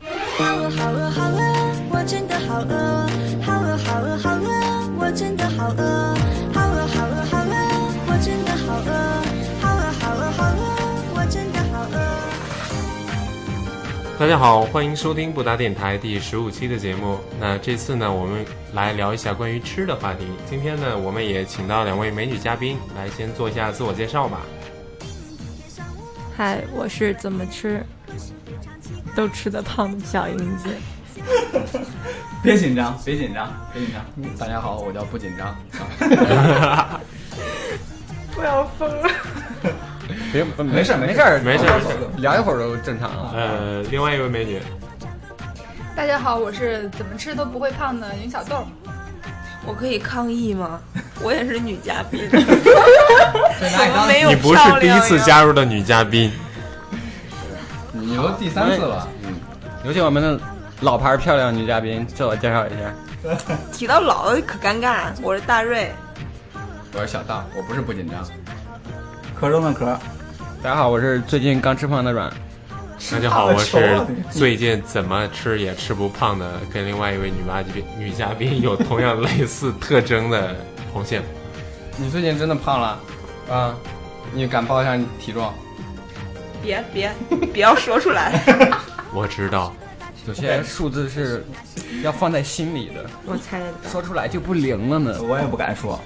好饿好饿好饿，我真的好饿，好饿好饿好饿，我真的好饿，好饿好饿好饿，我真的好饿，好饿好饿好饿，我真的好饿。大家好，欢迎收听布达电台第十五期的节目。那这次呢，我们来聊一下关于吃的话题。今天呢，我们也请到两位美女嘉宾来先做一下自我介绍吧。嗨，我是怎么吃都吃得胖的小英子。别紧张，别紧张，别紧张。大家好，我叫不紧张。我要疯了！别没事没事没事没事聊一会儿都正常啊。呃，另外一位美女，大家好，我是怎么吃都不会胖的尹小豆。我可以抗议吗？ 我也是女嘉宾，怎怎么没有你不是第一次加入的女嘉宾， 你都第三次了，有请我们的老牌漂亮女嘉宾自我介绍一下。提到老的可尴尬。我是大瑞，我是小道，我不是不紧张。壳中的壳，大家好，我是最近刚吃胖的阮。大家好，我是了最近怎么吃也吃不胖的，跟另外一位女嘉宾女嘉宾有同样类似特征的红线。你最近真的胖了啊？你敢报一下你体重？别别不要说出来， 我知道，有些数字是要放在心里的，我猜得到。说出来就不灵了呢。我也不敢说。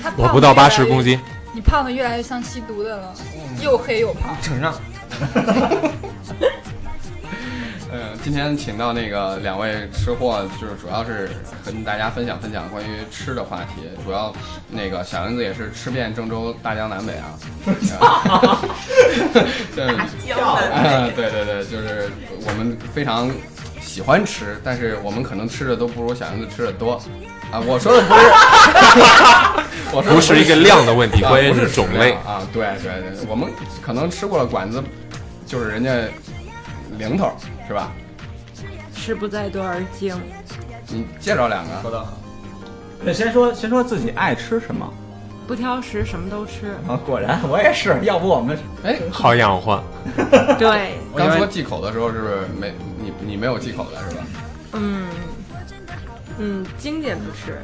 他胖我得不到越来八十越公，斤，你胖的越来越像吸毒的了，又黑又胖。承让。嗯，今天请到那个两位吃货，就是主要是跟大家分享分享关于吃的话题。主要那个小英子也是吃遍郑州大江南北啊。就是要的啊，对对对，就是我们非常喜欢吃，但是我们可能吃的都不如小英子吃的多。啊，我说的不是，我说的不是一个量的问题，啊关键不是种类。啊。对对对，我们可能吃过了馆子，就是人家零头是吧？食不在多而精，你介绍两说个，的好，那先说先说自己爱吃什么不挑食，什么都 吃。啊？果然我也是，要不我们哎，好养活，对，我刚刚说说忌口的时候是不是没你你没有忌口的是吧？嗯嗯，经典不吃，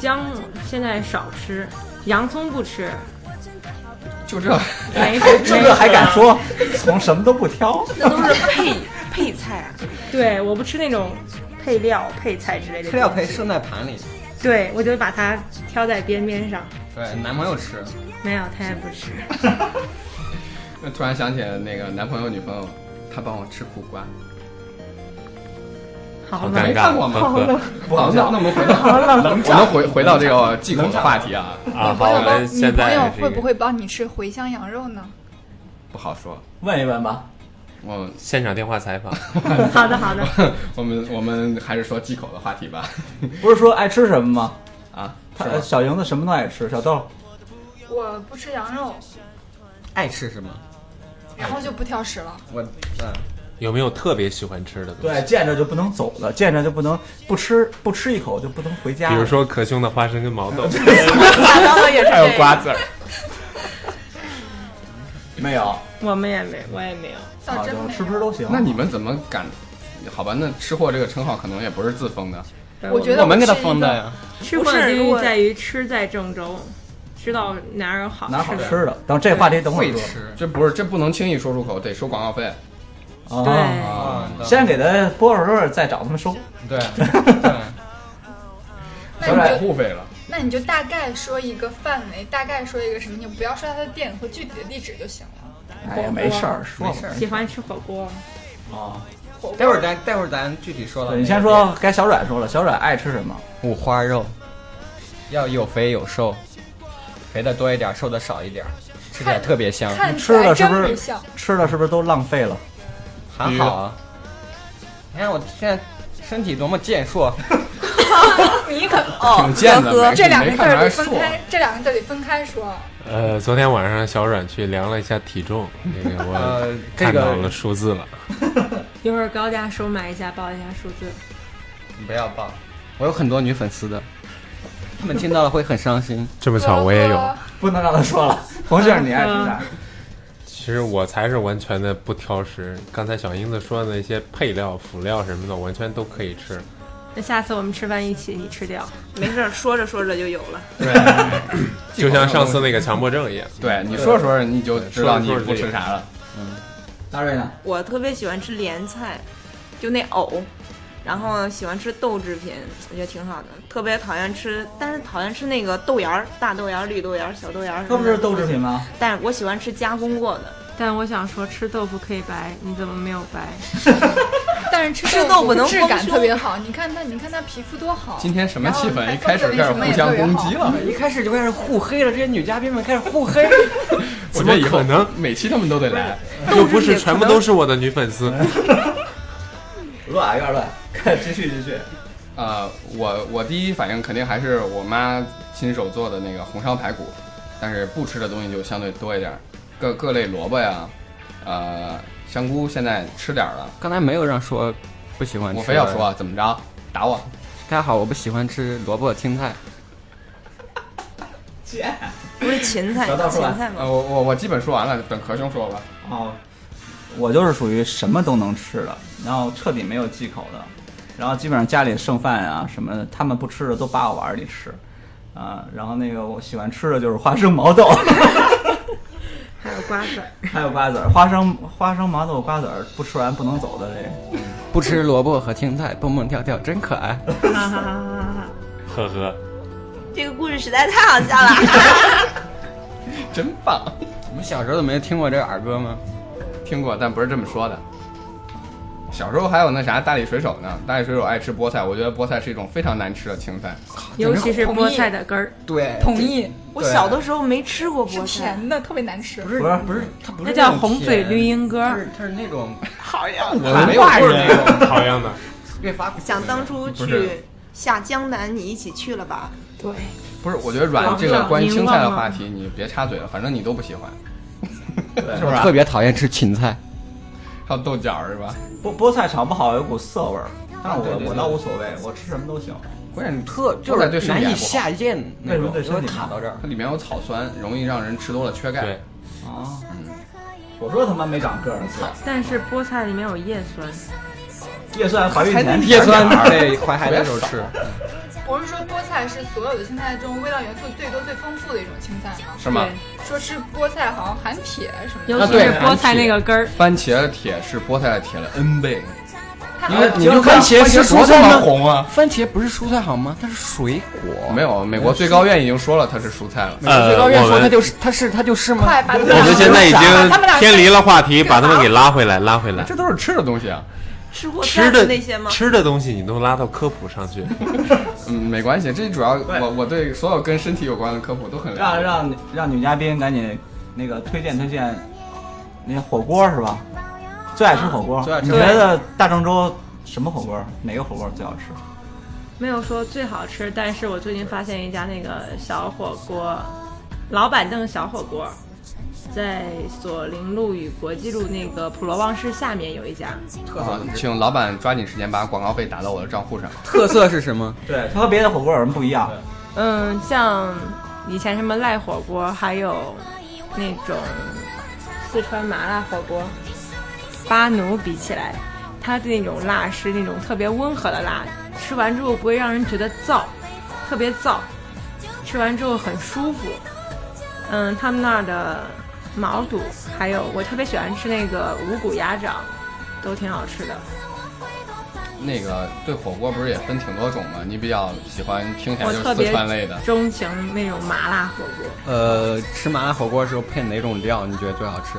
姜现在少吃，洋葱不吃，就这，没事，这个还敢说，从什么都不挑，这都是配配菜啊，对，我不吃那种配料、配菜之类的。配料可以剩在盘里，对，我就会把它挑在边边上。对，男朋友吃。没有，他也不吃。突然想起那个男朋友女朋友，他帮我吃苦瓜，好好吧，尴没尬看过，吗呵呵不好，好那笑那。我们回到， 我们回回到这个忌口的话题啊，啊，好，朋我友帮们女现朋友在这会个不会帮你吃茴香羊肉呢？不好说。问一问吧，我现场电话采访？ 好的好的，我们我们还是说忌口的话题吧。不是说爱吃什么吗？啊，是他呃吧？小莹子什么都爱吃，小豆我不吃羊肉，爱吃什么？然后就不挑食了。我嗯，有没有特别喜欢吃的东西？对，见着就不能走了，见着就不能不吃不吃一口就不能回家。比如说可凶的花生跟毛豆，想到的也 是还有这瓜个。子儿。没有，我们也没，我也没有。倒啊，真就没吃不吃有。都行。那你们怎么敢？好吧，那吃货这个称号可能也不是自封的，我觉得我们给他是一封的个呀。吃不货是的定如义果在于吃在郑州，知道哪儿有好哪好吃的。吃的？等这话题等会会儿吃这不是这不能轻易说出口，得收广告费说。对，啊，啊。先给他播着播着，再找他们收。 对，对那交你保就护费了。那你就大概说一个范围，大概说一个什么，你不要说它的店和具体的地址就行了。哎呀，没事儿，说吧。喜欢吃火 锅，啊，火锅待会儿咱待会儿咱具体说了。对你先说，该小阮说了，小阮爱吃什么？五花肉，要有肥有瘦，肥的多一点，瘦的少一点，吃起来特别香，看起吃了来是真不是不像。吃了是不是都浪费了？还好啊。你看我现在身体多么健硕，你可哦，挺贱的呵没呵这两个字儿得分没看出开，这两个字儿得分开说。 呃，昨天晚上小阮去量了一下体重，那个我呃，这看到个了数字了。一会儿高价收买一下，报一下数字。你 不要报，我有很多女粉丝的，他们听到了会很伤心。呃这么巧，我也有。呵 呵嗯不能让他说了。冯杏儿，你爱吃啥？其实我才是完全的不挑食。刚才小英子说的那些配料、辅料什么的，我完全都可以吃。那下次我们吃饭一起你吃掉。没事儿，说着说着就有了。对，就像上次那个强迫症一样，对你说说你就知道你不吃啥了。大瑞呢？我特别喜欢吃莲菜，就那藕，然后喜欢吃豆制品，我觉得挺好的。特别讨厌吃，但是讨厌吃那个豆芽儿，大豆芽儿、绿豆芽儿、小豆芽儿。这不是豆制品？吗？但是我喜欢吃加工过的。但我想说，吃豆腐可以白，你怎么没有白？但是吃吃豆腐能质感丰收特别好，你看他，你看他皮肤多好。今天什么气然氛？后一开始开始互相攻击嗯了，一开始就开始互黑了，这些女嘉宾们开始互黑。我觉得以后怎么可每期他们都得来。又不是全部都是我的女粉 丝。乱有点乱， 看继续继续。呃，我我第一反应肯定还是我妈亲手做的那个红烧排骨，但是不吃的东西就相对多一点儿，各各类萝卜呀，呃，香菇现在吃点儿了。 刚才没有让说不喜欢吃，我非要说啊怎么着？打我！大家好，我不喜欢吃萝卜青菜。不是芹菜，小道芹说完菜呃，吗？我我我基本说完了，等何兄说吧。哦，我就是属于什么都能吃的，然后彻底没有忌口的，然后基本上家里剩饭啊什么的，他们不吃的都扒我碗儿里吃，啊，然后那个我喜欢吃的就是花生 毛豆，还有瓜子儿，还有瓜子儿，花生花生毛豆瓜子儿不吃完不能走的这个。不吃萝卜和青菜，蹦蹦跳跳真可爱。哈哈哈哈哈哈！呵呵，这个故事实在太好笑了。 真棒！你们小时候都没听过这个儿歌吗？听过，但不是这么说的。小时候还有那啥大力水手呢，大力水手爱吃菠菜，我觉得菠菜是一种非常难吃的青菜。尤其是菠菜的根儿，对，同意，我小的时候没吃过是菠菜，甜的，特别难吃。不是不是，它不那是叫种红嘴甜绿，鹦哥它。是它是那种我没有不是那种，好样的！越发想当初不是去下江南，你一起去了吧？对，不是，我觉得软王这个者关于您青菜的忘了话题，你别插嘴了，反正你都不喜欢， 是不我是？特别讨厌吃芹菜。还有豆角儿是吧？菠菠菜炒不好有股涩味儿，但是啊对对我对我倒无所谓，我吃什么都行。关键特就菠菜对是身体难也以不好下咽那种，为什么对身体就会卡到这儿。它里面有草酸，容易让人吃多了缺钙。对，啊，我说他妈没长个儿，但是菠菜里面有叶酸， 叶酸怀孕前叶 酸对怀孩子的时候吃，不是说菠菜是所有的青菜中味道元素最多、最丰富的一种青菜吗？是吗？说吃菠菜好像含铁什么尤的，啊其是菠菜那个根儿，番茄的铁是菠菜的铁的 N 倍，它因为好你们番茄是蔬多菜他妈吗？红啊！番茄不是蔬菜好吗？它是水果。没有，美国最高院已经说了它是蔬菜了。美国最高院呃我说们它就是它是它就是吗？快把我我们现在已经偏离了话题，把他把他们们给给拉回来，拉回来。 这都是吃的东西啊，吃过吃的的那些吗？吃的东西你都拉到科普上 去，嗯，没关系，这主要对我我对所有跟身体有关的科普都很了让解。让让女嘉宾赶紧那个推荐推荐，那火锅是吧？最爱吃火锅，最爱吃你觉得大郑州什么火锅？哪个火锅最好吃？没有说最好吃，但是我最近发现一家那个小火锅，老板凳小火锅，在左陵路与国际路那个普罗旺士下面有一家，啊，请老板抓紧时间把广告费打到我的账户上。 特色是什么？对，它和别的火锅有什么不一样？嗯，像以前什么赖火锅，还有那种四川麻辣火锅，巴奴比起来，它的那种辣是那种特别温和的辣，吃完之后不会让人觉得燥，特别燥，吃完之后很舒服。嗯，他们那儿的毛肚，还有我特别喜欢吃那个五谷鸭掌，都挺好吃的。那个对火锅不是也分挺多种吗？你比较喜欢听起来我就是特别四川类的，钟情那种麻辣火锅，呃，吃麻辣火锅的时候配哪种料你觉得最好吃？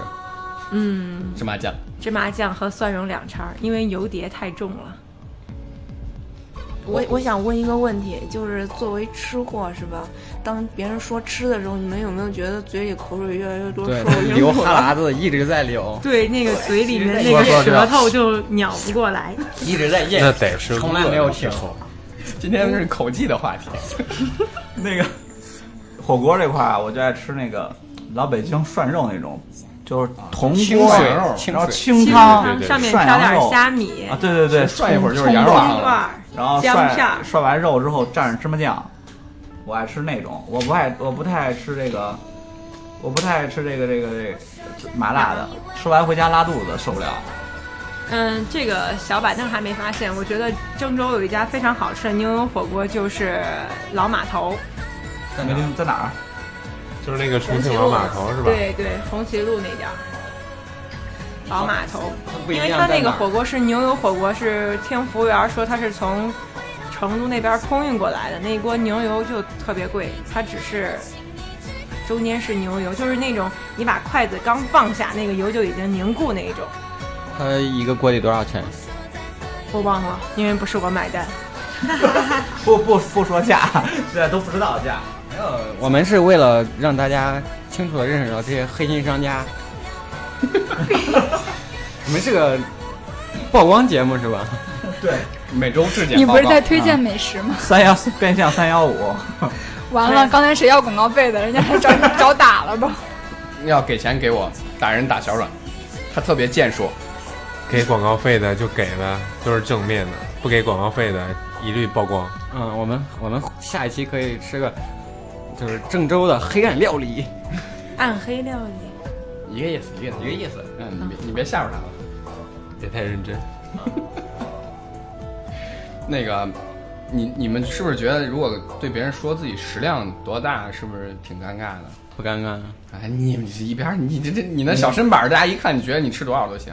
嗯。芝麻酱。芝麻酱和蒜蓉两叉儿，因为油碟太重了。我我想问一个问题，就是作为吃货是吧？当别人说吃的时候，你们有没有觉得嘴里口水越来越多，对 说我，忍流不哈了？喇子一直在流，对，那个嘴里面那说个说舌头就扭不过来。一直在咽那得是从来没有停。今天是口技的话题，那个火锅这块儿啊，我就爱吃那个老北京涮肉那种，就是铜清锅，水然后清然后水清对汤对嗯对上面涮撒羊点肉虾米、啊，对对对，涮一会儿就是葱羊肉葱啊段葱段儿、然后姜片儿涮。涮完肉之后蘸着芝麻酱，我爱吃那种，我不爱我不太爱吃这个我不太爱吃这个这个这个麻辣的，吃完回家拉肚子，受不了。嗯，这个小板凳还没发现。我觉得郑州有一家非常好吃的牛油火锅，就是老码头，在没哪？听在哪儿？就是那个重红旗庆老路码头是吧？对对，红旗路那家老码头，它不一因为样它在那个哪儿？火锅是牛油火锅，是听服务员说它是从成都那边空运过来的，那一锅牛油就特别贵，它只是。中间是牛油，就是那种你把筷子刚放下，那个油就已经凝固那一种。它一个锅底多少钱？我忘了，因为不是我买单。不不不说价，现在都不知道价。没有，我们是为了让大家清楚的认识到这些黑心商 家。我们是个曝光节目是吧？对，啊每周质检你报不告。是在推荐美食吗？三幺变相三幺五， 完了，刚才谁要广告费的？人家还找找打了吧？要给钱给我，打人打小软，他特别健硕。给广告费的就给了，都是正面的；不给广告费的，一律曝光。嗯，我们我们下一期可以吃个，就是郑州的黑暗料理，暗黑料理，一个意思，一个一个意思。嗯，你别你别吓着他了。别太认 真。那个，你你们是不是觉得，如果对别人说自己食量多大，是不是挺尴尬的？不尴尬，啊哎，你你一边儿你这这你那小身板儿，大家一看，你觉得你吃多少都行。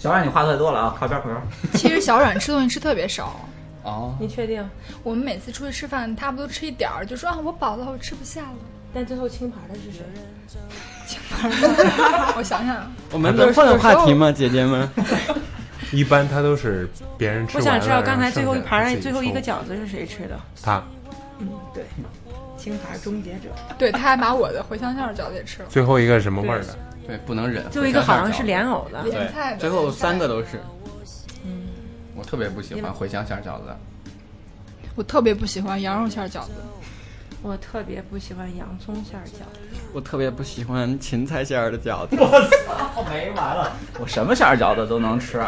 小冉你话太多了啊，靠边靠边。其实小阮吃东西吃特别少，哦，你确定？我们每次出去吃饭，他不都吃一点儿，就说啊我饱了，我吃不下 了。但最后清盘的是谁？我想想，我们能换个话题吗，姐姐 们？一般他都是别人吃我完了。想知道刚才然最后一剩下盘自儿己最后一个收饺子是谁吃的？他对，清盘终结者，对，他还把我的茴香馅儿饺子也吃了，最后一个什么味儿的？对，不能忍。最后一个好像是连，莲藕的，莲菜的。最后三个都是。我特别不喜欢茴香馅儿饺子。我特别不喜欢羊肉馅儿饺子，我特别不喜欢洋葱馅儿饺子。我特别不喜欢芹菜馅儿的饺子。没完了，我什么馅儿饺子都能吃。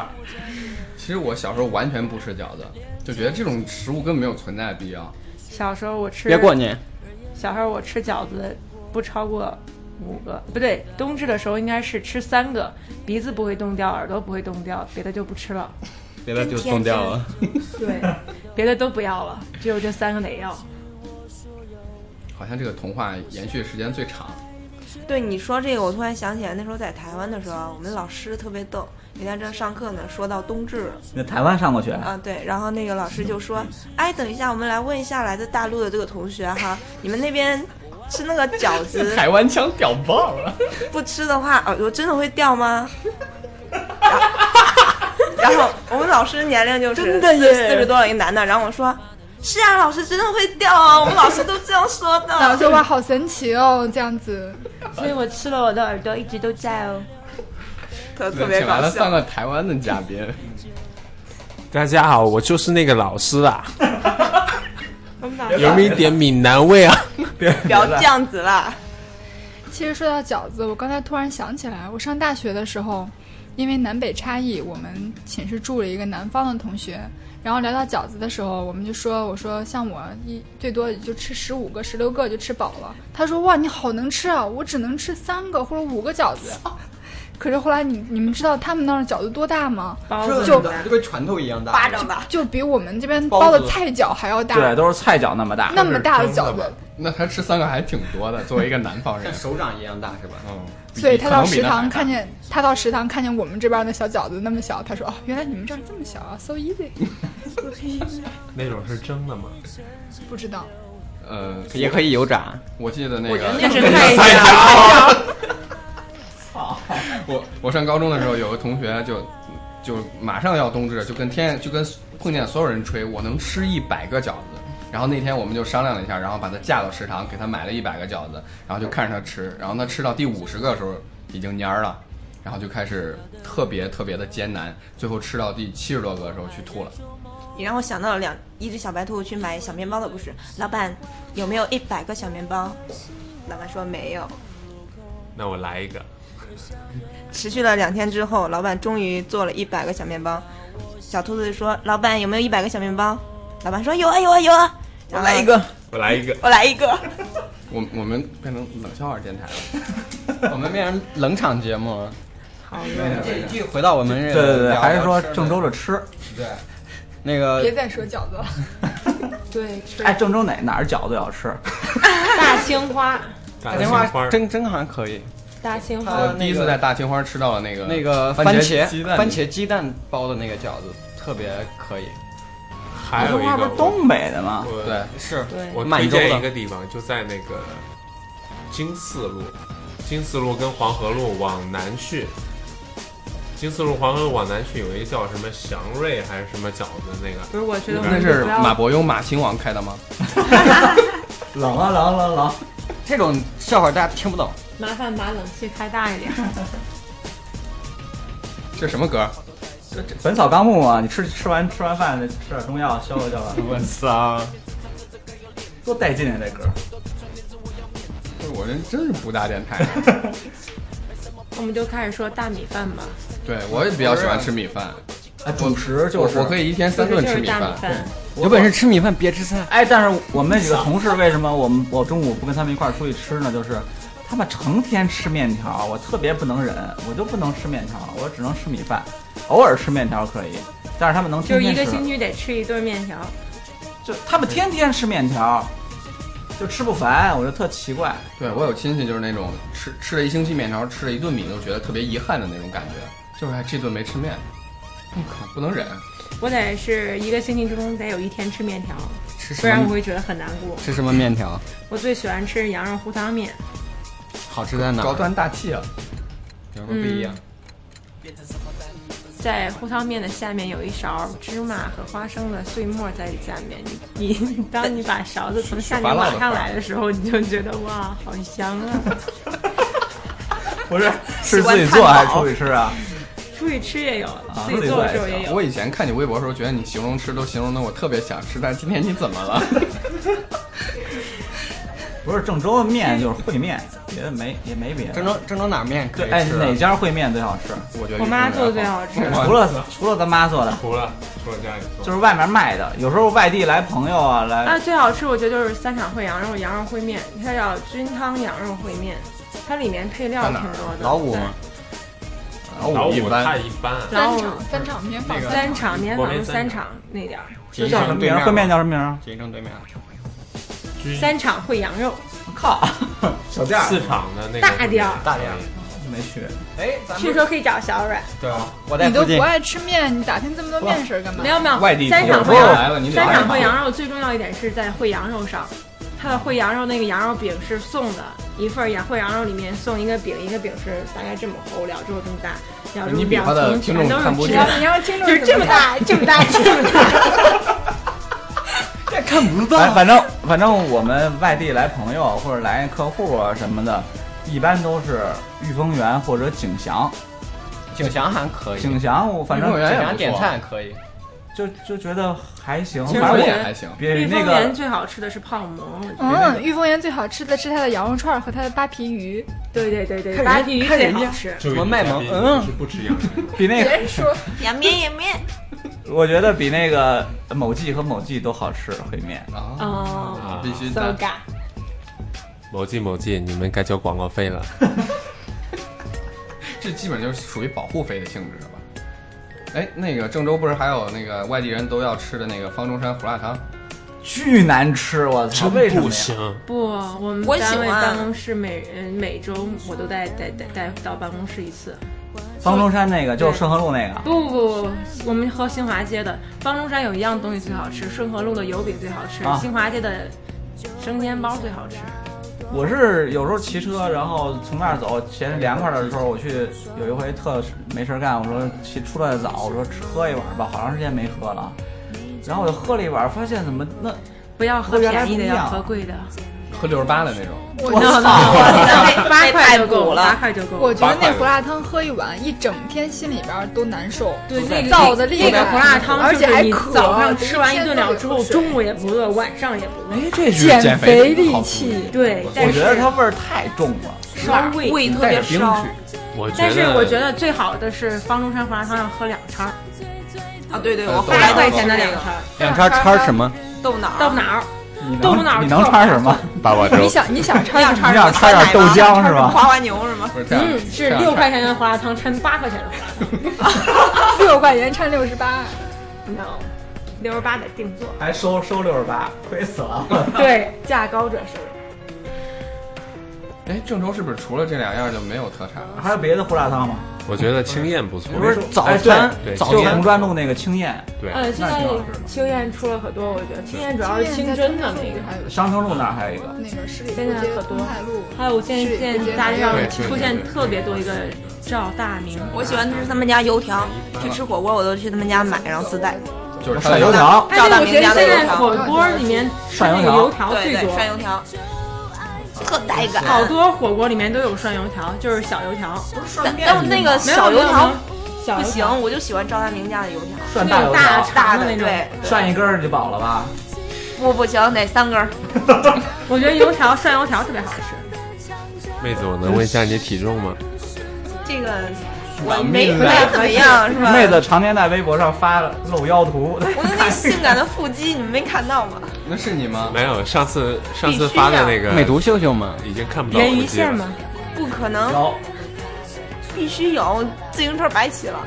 其实我小时候完全不吃饺子，就觉得这种食物根本没有存在的必要。小时候我吃，别过年，小时候我吃饺子不超过五个，不对，冬至的时候应该是吃三个，鼻子不会冻掉，耳朵不会冻掉，别的就不吃了。别的就冻掉啊了。对， 别的都不要了，只有这三个得要。好像这个童话延续时间最长。对你说这个，我突然想起来，那时候在台湾的时候，我们老师特别逗，也在这上课呢，说到冬至了你在台湾上过学？啊，对，然后那个老师就说，哎，等一下，我们来问一下来自大陆的这个同学哈，你们那边吃那个饺子台湾腔屌爆了，不吃的话，耳朵真的会掉吗？ 然后然后我们老师年龄就是真的耶四十多了一个男的，然后我说。是啊，老师真的会掉啊！我们老师都这样说的。然后说啊哇好神奇哦，这样子。所以我吃了，我的耳朵一直都在哦。特特别请来搞了三笑。个台湾的嘉宾。大家好，我就是那个老师啦，我们老有没有一点闽南味啊？不要这样子啦！其实说到饺子，我刚才突然想起来，我上大学的时候，因为南北差异，我们寝室住了一个南方的同学。然后聊到饺子的时候，我们就说：“我说像我一最多也就吃十五个、十六个就吃饱了。”他说：“哇，你好能吃啊！我只能吃三个或者五个饺子。可是后来你你们知道他们那儿饺子多大吗？包这子就就跟拳头一样大。巴掌吧。就比我们这边包包的子菜饺还要大，对，都是菜饺那么大。那么大的饺蒸子吧。 那他吃三个还挺多的，作为一个南方人像，手掌一样大是吧？嗯，所以他到食可能比那还大堂看见他到食堂看见我们这边的小饺子那么小，他说：“哦，原来你们这儿这么小啊，so easy。那种是蒸的吗？”不知道， 呃，也可以油炸。我记得那我啊觉得那个，是太假。 我我上高中的时候，有个同学就就马上要冬至，就跟天就跟碰见所有人吹，我能吃一百个饺子。然后那天我们就商量了一下，然后把他架到食堂，给他买了一百个饺子，然后就看着他吃。然后他吃到第五十个的时候已经蔫儿了，然后就开始特别特别的艰难，最后吃到第七十多个的时候去吐了。你让我想到了两一只小白兔去买小面包的故事。老板，有没有一百个小面包？老板说没有。那我来一个。持续了两天之后，老板终于做了一百个小面包。小兔子说：“老板，有没有一百个小面包？”老板说：“有啊，有啊，有啊。”我来一个，我来一个，我来一个。我我们变成冷笑话电台了。 我们变成冷场节目了。好这了，这这回到我们这对个对对，聊还是聊说吃的郑州的吃？对，那个别再说饺子了。对，吃哎，郑州哪哪儿饺子要吃？大青花，大打青电花话真真好像可以，大青花啊我第一次在大青花吃到了那个那个番番茄鸡蛋番茄鸡蛋包的那个饺子特别可以，还有一那不个是东北的吗？我对，是对我推满洲荐一的个地方，就在那个金四路，金四路跟黄河路往南去，金四路黄河路往南去有一个叫什么祥瑞还是什么饺子那个，不是，我觉得我那们是不要马伯庸马亲王开的吗？冷啊冷冷冷！这种笑话大家听不懂。 麻烦把冷气开大一点。这什么歌？ 《本草纲目》啊，你吃吃完吃完饭得吃点中药消消消吧，我操！多带劲啊！这歌，我这真是不搭电台。我们就开始说大米饭吧， 对我也比较喜欢吃米饭，哎，主食我就是我可以。以一天就三是顿就吃是米大饭米。饭，有本事吃米饭别吃菜，哎，但是我们那几个同事为什么我们我中午不跟他们一块儿出去吃呢？就是他们成天吃面条，我特别不能忍，我就不能吃面条，我只能吃米饭，偶尔吃面条可以，但是他们能就天是一天吃，个星期得吃一顿面条。就他们天天吃面条，就吃不烦，我就特奇怪。对我有亲戚就是那种吃吃了一星期面条，吃了一顿米都觉得特别遗憾的那种感觉，就是哎这顿没吃面，我靠不能忍。我得是一个星期之中得有一天吃面条，吃不然什我么？会觉得很难过。吃什么面条？我最喜欢吃羊肉糊汤面，好吃在哪儿？高端大气啊！有什么不一样？在糊汤面的下面有一勺芝麻和花生的碎末在下面。你你，当你把勺子从下面挖上来的时候，你就觉得哇，好香啊！不是是喜欢自己探做还是宝出去吃啊？出去吃也有，自自己己做做的时候也也有。嗯我以前看你微博的时候，觉得你形容吃都形容的我特别想吃，但今天你怎么了？不是郑州的面就是烩面，别的没也没别的。郑州郑州哪儿面可对，以哎，吃？啊哪家烩面最好吃？我觉得我妈做的最好吃我除了除了咱妈做的，除了除了家里做，就是外面卖的。有时候外地来朋友啊，啊，来最好吃我觉得就是三场烩羊肉羊肉烩面，它叫菌汤羊肉烩面，它里面配料在挺哪儿多的。老五在吗？老一五太般，一般，啊老三五场三场棉纺三场棉我纺没路三三场场那点儿，这叫什么名儿？烩面叫什么名儿？捷运站对面。居三场烩羊肉，靠，小店四场的那个大店儿大店儿嗯没去。哎，咱去的时候可以找小阮。对啊，我你在都附近不。爱吃面，你打听这么多面食儿干嘛？没有没有，外地三场朋烩友羊来了，你肉，得三场烩来吧羊肉最重要一点是在烩羊肉上，它的烩羊肉那个羊肉饼是送的，一份儿羊烩羊肉里面送一个饼，一个饼是大概这么厚，两周这么大，两周你比划的两听层众全都看不是见汁儿，你让听众就是这么大，这么大，这么大。 看不反反正反正我们外地来朋友或者来客户啊什么的，一般都是御峰园或者景祥。景祥还可以，景景祥我反御峰正园也不祥错点菜可以。就就觉得还行，其实反我正觉也也得还行。比御那风园个最好吃的是泡馍，我觉得嗯，御风园最好吃的是它的羊肉串儿和它的扒皮鱼。对对对对，看人八皮鱼看最人好家吃。就什么一卖家萌宾嗯是不吃羊肉的，比那个，别 说，也面也面，我觉得比那个某记和某记都好吃烩面。啊，哦必须，so 的。 g 某记某记，你们该交广告费了。这基本就是属于保护费的性质了吧？哎，那个郑州不是还有那个外地人都要吃的那个方中山胡辣汤？巨难吃，我操！为什么不呀？行，不，我们我喜单位欢办公室每嗯每周我都带带带带到办公室一次。方中山那个就是顺河路那个，不不不，不，我们喝新华街的方中山有一样东西最好吃，顺河路的油饼最好吃，啊新华街的生煎包最好吃。我是有时候骑车，然后从那儿走，嫌凉快的时候，我去有一回特没事儿干，我说骑出来的早，我说喝一碗吧，好长时间没喝了，然后我就喝了一碗，发现怎么那不要喝原来便宜的，不一样要喝贵 的。喝六十八的那种，我那八块就够补八了。块就够。我觉八得块那五胡辣汤喝一碗，一整天心里边儿都难受。对那个造的厉害那个胡辣汤，而且还你渴早上吃完一顿了之后，一天都有水中午也不饿，晚上也不饿。哎，这是减肥利好主器意。对，但我是觉得它味儿太重了，烧胃 胃特带别着冰烧去。我觉但是我觉得得最好的是方中山胡辣汤要喝两掺儿，啊！对对，呃我后豆来八瓣块儿都钱吃的那两个掺儿，两叉叉什么？豆脑儿，啊豆脑儿你豆腐脑儿能你能特穿什么？八卦你粥，想你想你穿想什么？穿你什么想酸掺点奶豆 吗？浆是什么吧？花花牛是吗？不是这样，嗯，这是样六块钱的麻辣烫掺八块钱的麻辣 六块钱乘六十八，烫，no，六十八得定做，还收收六十八，亏死了。 对，价高者是。哎，郑州是不是除了这两样就没有特产了？还有别的胡辣汤吗？我觉得青燕不错。不是早哎餐对，早青就燕红砖路那个青燕，对，呃，现在挺好吃的青燕出了可多，我觉得青燕主要是清真的那个，还有商城路那儿还有一个。那个十里现在铺街可多东海路，还有我现在是现在大街对上对对出现特别多一个赵大明，啊我喜欢吃他们家油条，去吃火锅我都去他们家买，然后自带。就是涮它油条，但是赵大我明觉得家的现油在条火锅里面吃那个涮油油条对最对，多涮，油条，特带感。哦好多火锅里面都有涮油条，就是小油条，但但是那个没有小油条，小不油行条，我就喜欢赵大明家的油条，涮那哎大种油大条，大肠的的那种。对，涮一根儿就饱了吧？不不行，得三根儿。我觉得油条涮油条特别好吃，妹子，我能问一下你体重吗？这个我我没明白没怎么样是吧？妹子常年在微博上发露腰图， 我有那性感的腹肌，你们没看到吗？那是你吗？没有，上次上次发的那个美图秀秀嘛，已经看不到人鱼痕迹线了嘛。，不可能，腰必须有，自行车白骑了。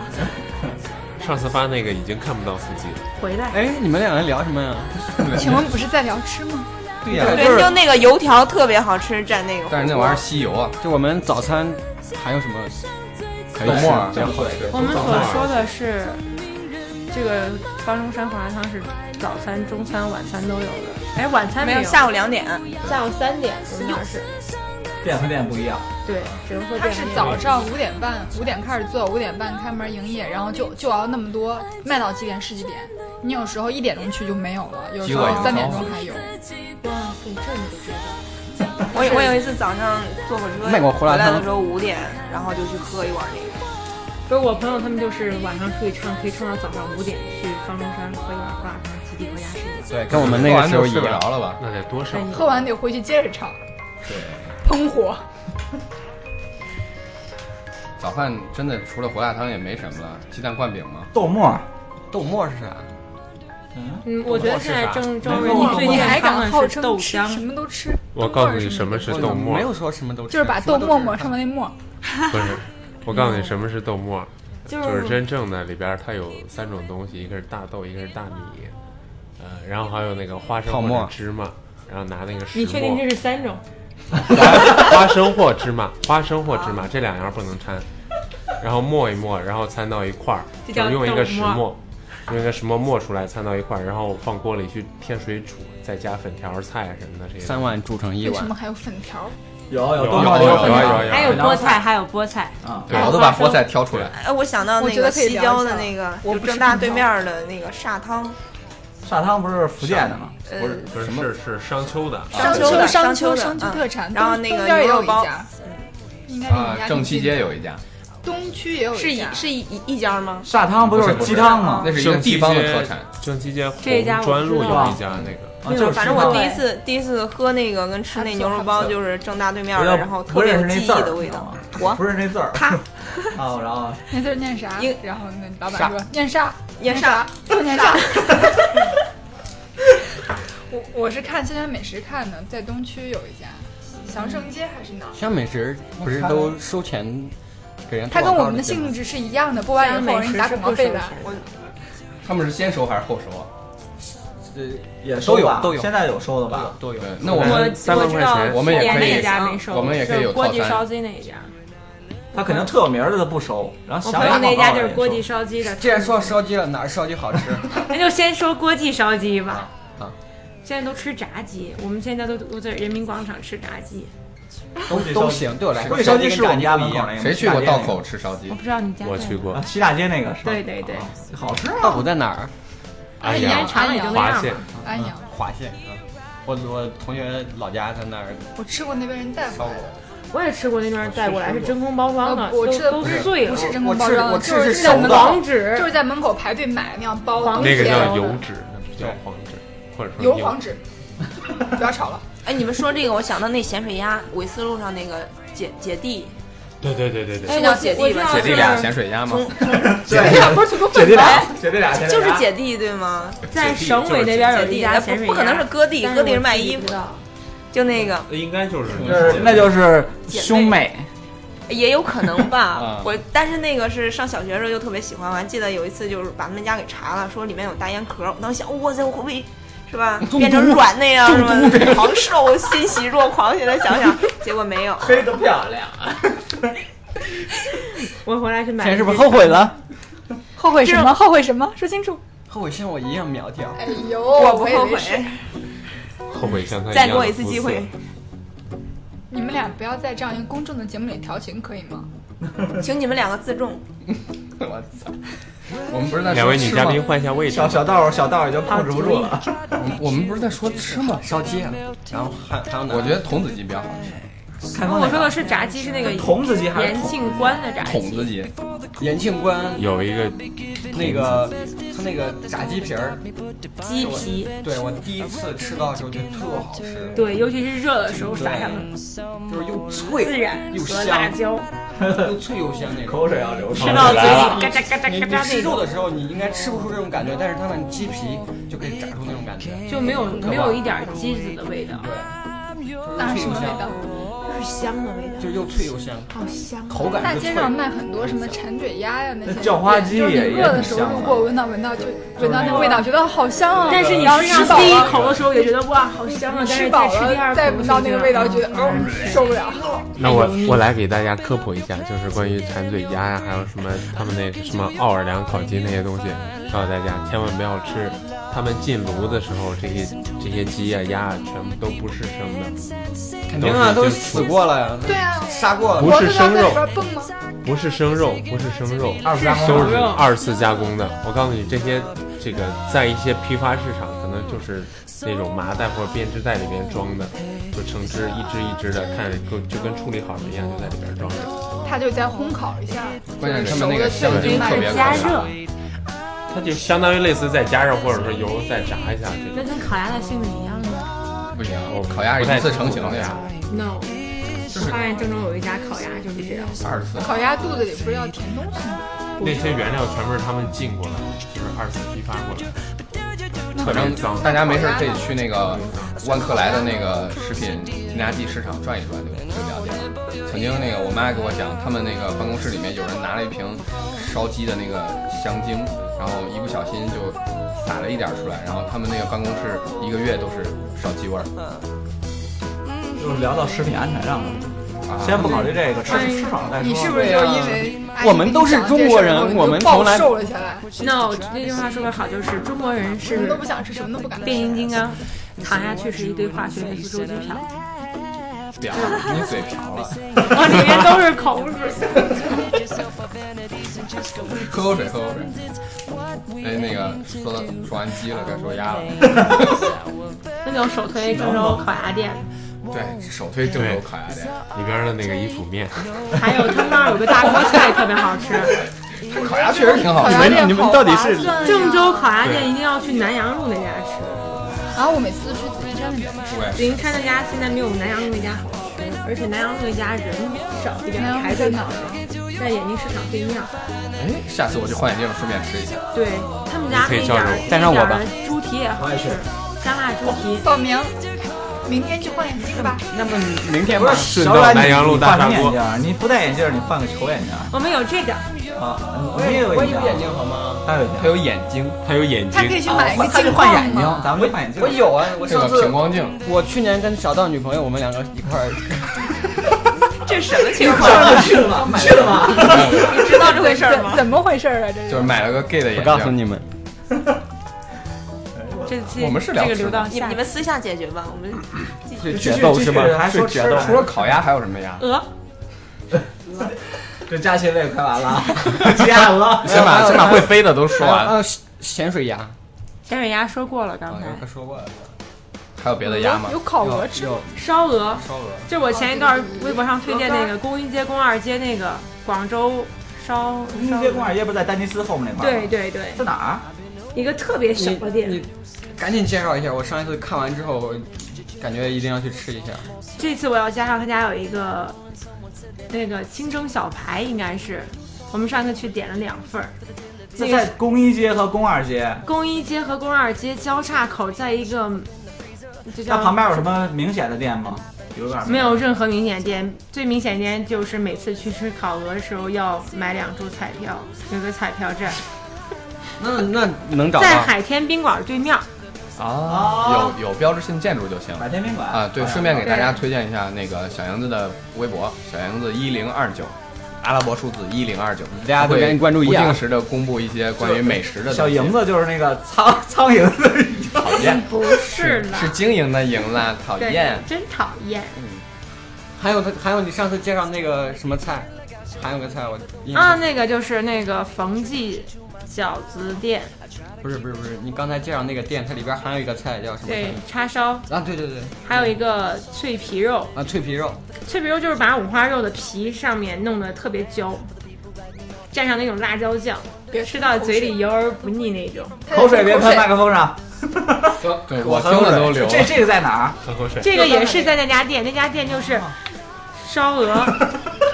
上次发那个已经看不到腹肌了。回来，哎，你们两个人聊什么呀？ 请问不是在聊吃吗？对呀，对，就那个油条特别好吃，蘸那个。但是那玩意儿吸油啊，就我们早餐还有什么可以豆吃沫儿比较好吃我们所说的是，这个方中山胡辣汤是早餐、中餐、晚餐都有的。哎，晚餐没有，有，下午两点，下午三点我们那儿是，店和店不一样。对，只能说他是早上五点半，五点开始做，五点半开门营业，然后就就熬那么多，卖到几点是几点？你有时候一点钟去就没有了，有时候饥饿营销三点钟还有。哇，给这你知道，我我有一次早上坐火车卖过胡辣回来汤的时候五点，然后就去喝一碗那个。不是我朋友他们就是晚上出去唱，可以唱到早上五点去方中山喝一碗胡辣汤，集体回家吃。对，跟我们那个时候一睡不着样。了吧？那得多哎少？喝完得回去接着唱，对，喷火。早饭真的除了胡辣汤也没什么了，鸡蛋灌饼吗？豆沫儿，豆沫是啥？嗯，我觉得现在郑州人没有最你近还敢号是称豆吃什浆，么都吃？我告诉你什么是豆沫没，有说什么都吃，就是把豆沫抹上面那沫。不 是。我告诉你什么是豆沫，嗯就是真正的里边儿它有三种东西，一个是大豆，一个是大米，呃，然后还有那个花生泡或者沫芝麻，然后拿那个石你确定磨这是三种？花生或芝麻，花生或芝啊麻这两样不能掺，然后磨一磨，然后掺到一块儿，这就叫是用一个石豆磨，用一个石磨磨出来掺到一块儿，然后放锅里去添水煮，再加粉条、菜啊什么的这些。三碗煮成一为什碗么。还有粉条？有有有豆有沫儿，有粉有条有有还有菠菜，还有菠菜，啊，对，我都把菠菜挑出来。哎，我想到我那觉个得可以西聊郊一的下那个，我就不正是大很对懂面儿的那个砂汤，砂汤不是福建的吗？呃不，是不是是是商丘的，商丘的丘商商丘的商丘嗯特产，然后东那个东边也牛有肉一包家，应该离啊你家，正挺西近街的，有一家，东区也有是一一家。是一一家吗？砂汤不就是鸡汤吗那？是一个地方的特产。正七街这一家红砖路我知道有一家那个，啊，就是反正鸡汤我第一次第一次喝那个跟吃那牛肉包，就是正大对面不的，要然后特不别认有识那记忆字儿的味道。坨不是那字儿，啪 啊，然后 那字儿念啥一？然后那老板说念啥？燕莎， 不念啥？我我是看新鲜美食看的，在东区有一家，嗯祥盛街还是哪儿？像美食不是都收钱给人？它跟我们的性。质是一样的，播完以后人打广告费的。他们是先收还是后收啊？也收吧都有，现现在有收的吧？啊都有对，那我我们三万我知块道钱我们也盐可以那家没收，我们也可以有是锅套底餐烧鸡那一家，他肯定特有名儿的他不收，然后我想朋友想那广家告就是也锅收底烧鸡的。既然说到烧鸡了，哪儿烧鸡好吃？那就先说锅记烧鸡吧。啊啊现在都吃炸鸡，我们现在都都在人民广场吃炸鸡。都都行，对我来说锅底烧鸡是我们家门口那个吗，谁去过道口吃烧鸡我？不知道你家在哪我去过啊？，西大街那个是吧？对对对啊，好吃道口啊！在哪儿？安哎阳呀尝了也就那华样县吧。安阳，华县。嗯我我同学老家在那儿我吃过那边人带回烧来过的。，我也吃过那边带过来是真空包装的，呃我都吃的都不是碎了不。是真我空吃包装我的，吃就是是熟在的门黄口，纸就是在门口排队买那样包的，黄那个东西叫包的油纸，那不叫黄纸，或者说油 黄纸。不要吵了，哎，你们说这个，我想到那咸水鸭，纬思路上那个姐姐弟，对对对对对，哎，叫我姐弟我知吧道姐弟俩是咸水鸭吗？姐弟俩不是土豆姐粉弟吗？俩，姐弟俩，姐弟俩就是姐弟对吗？在省委那边有一家姐弟咸水鸭，哎呃不可能是哥弟但哥弟是我卖自己衣服不知道就那嗯个应该就是就是那就是兄妹，也有可能 吧啊。嗯我但是那个是上小学的时候就特别喜欢，我还记得有一次就是把他们家给查了，说里面有大烟壳。我当时想，哇塞，我会不会是吧啊变成软那样是吧？ 狂瘦，欣喜若狂。现在想想，结果 没有。黑的漂亮。我回来去买。现在是不是后悔了？后悔什么？后悔什么？说清楚。后悔像我一样苗条，哎呦，我我不以后为悔，是后悔像他一样再的给我一次机肤会色。你们俩不要在这样一个公众的节目里调情，可以吗？ 请你们两个自重。我操！我们不是在说两位女吃嘉吗宾，换一下位置小。小道儿小道儿已经控制不住了，我们我们不是在说吃吗？烧鸡啊，然后还还有哪？我觉得童子鸡比较好吃，看哦过我那说的个是炸鸡，是那个童子鸡还是延童庆关的炸筒鸡。子鸡延庆关有一个那个他那个炸鸡皮儿，鸡皮，对我第一次吃到的时候觉得特好吃，对，尤其是热的时候撒上就是又孜脆然又和香辣椒， 又脆又香那种。口水要流出吃来到了。嘴里嘎吱嘎你吱你嘎吃吱那肉种，的时候，你应该吃不出这种感觉，但是它的鸡皮就可以炸出那种感觉。就没有没有一点鸡子的味道，那对，是就是又什么脆味又道香，？就是香的味道，就是又脆又香，好香。口感大是街脆。上卖很多什么馋嘴鸭呀那些，叫花鸡就是你也也饿的挺时候香路过的，闻到闻到就闻到那个味道，觉得好香啊。但是你然后吃吃饱第一了，口的时候也觉得哇，好香啊！但是吃再饱吃第二口的了再时候闻到那个味道，觉得哦受不了。那我我来给大家科普一下，就是关于馋嘴鸭呀，还有什么他们那个什么奥尔良烤鸡那些东西，告诉大家千万不要吃。他们进炉的时候，这些这些鸡呀、鸭啊，全部都不是生的，肯定啊，都都是死过了呀，对啊，杀过了不。脖是子生上在肉里边蹦吗？不是生肉，不是生肉，二十加工都了是二次加工的。我告诉你，这些这个在一些批发市场，可能就是那种麻袋或者编织袋里边装的，就成只一只一只的，看着跟就跟处理好的一样，就在里边装着。它就再烘烤一下，关键是他们那个香精特别可嗯加怕。热，它就相当于类似再加热或者说油再炸一下这那种。跟烤鸭的性质一样吗不行，我哦烤鸭是一次成型的呀， ？No，我发现郑州有一家烤鸭就是这样，二十四。烤鸭肚子里不是要填东西吗？哦那些原料全部是他们进过来的，就是二次批发过来的，特反别正脏。大家没事儿可以去那个万客来的那个食品添加剂市场转一转就就了解了。曾经那个我妈给我讲，他们那个办公室里面有人拿了一瓶烧鸡的那个香精，然后一不小心就撒了一点儿出来，然后他们那个办公室一个月都是烧鸡味儿。就是聊到食品安全上了。啊先不考虑这个，吃吃爽了再说。你是不是就因为我们都是中国人我们从来瘦了下来， no，那句话说的好，就是中国人什么是都不想吃，什么都不敢吃。变形金刚，躺下去是一堆化学元素周期表，表，你嘴瓢了，我里面都是口水。 喝口水，喝口水。哎，那个说到说完鸡了，该说 鸭了。那种首推郑州烤鸭店，对，首推郑州烤鸭店，里边的那个一府面，还有他们那儿有个大锅菜特别好吃。烤鸭确实挺好烤吃。鸭店好划算呀郑州烤鸭店一定要去南阳路那家吃，然后我每次都去紫金山那边吃，林山那家现在没有南阳路那家好吃，而且南阳路那家人少一点，排队少，在眼镜市场对面。哎，下次我去换眼镜，顺便吃一下。对他们家可那以叫家着我那带上我吧家猪蹄也好吃，香辣猪蹄。报名，明天去换眼镜吧。那么明天吧，顺小道冉，南阳路你大换砂什么眼锅镜。儿？你不戴眼镜儿，你换个球眼镜儿我们有这个，啊！我也有我也有眼眼镜，好吗？他它有有眼眼睛，它有眼他可以睛，去买一个他镜就框换眼睛 嘛，咱们就换眼镜。我有啊，我这上个次平光镜。我去年跟小道女朋友，我们两个一块儿这是什么情况？去了吗？去了吗？你知道这回事儿吗怎？怎么回事儿啊？这就是买了个 gay 的眼镜。我告诉你们，这这我们是聊这个吃留到你下嗯你们私下解决吧，我们是继续决斗继是续吧？还是说决吃斗。除了烤鸭还有什么鸭？鹅。这假期类快完了，急眼了。先把先把会飞的都说完了，啊，咸水鸭，咸水鸭说过了，刚哦才可说过了。还有别的鸭吗？有烤鹅吃，有烧鹅。烧鹅，就是我前一段微博上推荐那个公一街、公二街那个广州烧明街公二街不是在丹尼斯后面那块儿对吗？对对，在哪儿？一个特别小的你店你。赶紧介绍一下，我上一次看完之后，我感觉一定要去吃一下。这次我要加上他家有一个那个清蒸小排应该是，我们上课去点了两份儿。那在工一街和工二街，工一街和工二街交岔口，在一个就那叫旁边有什么明显的店吗？有点没有任何明显店，最明显店就是每次去吃烤鹅的时候要买两注彩票，有个彩票站那那能找在到海天宾馆对面儿。啊？有有标志性建筑就行海天宾馆啊。对，顺便给大家推荐一下那个小杨子的微博，小杨子一零二九，阿拉伯数字一零二九，大家都会赶紧关注一下不定时的公布一些关于美食的小营蝇，子就是那个苍苍蝇的，讨厌，不是啦，是经营的营啦，讨对厌。，真讨厌还有他，还有你上次介绍那个什么菜，还有个菜我印啊！象那个就是那个冯记饺子店，不是不是不是，你刚才介绍那个店，它里边还有一个菜叫什么菜对？，叉烧，啊对对对，还有一个脆皮肉，啊脆皮肉，脆皮肉就是把五花肉的皮上面弄得特别焦，蘸上那种辣椒酱，吃到嘴里油而不腻那种。口水别喷麦克风上，对 我听了都流了。这这个在哪儿？喝口水。这个也是在那家店，那家店就是烧鹅、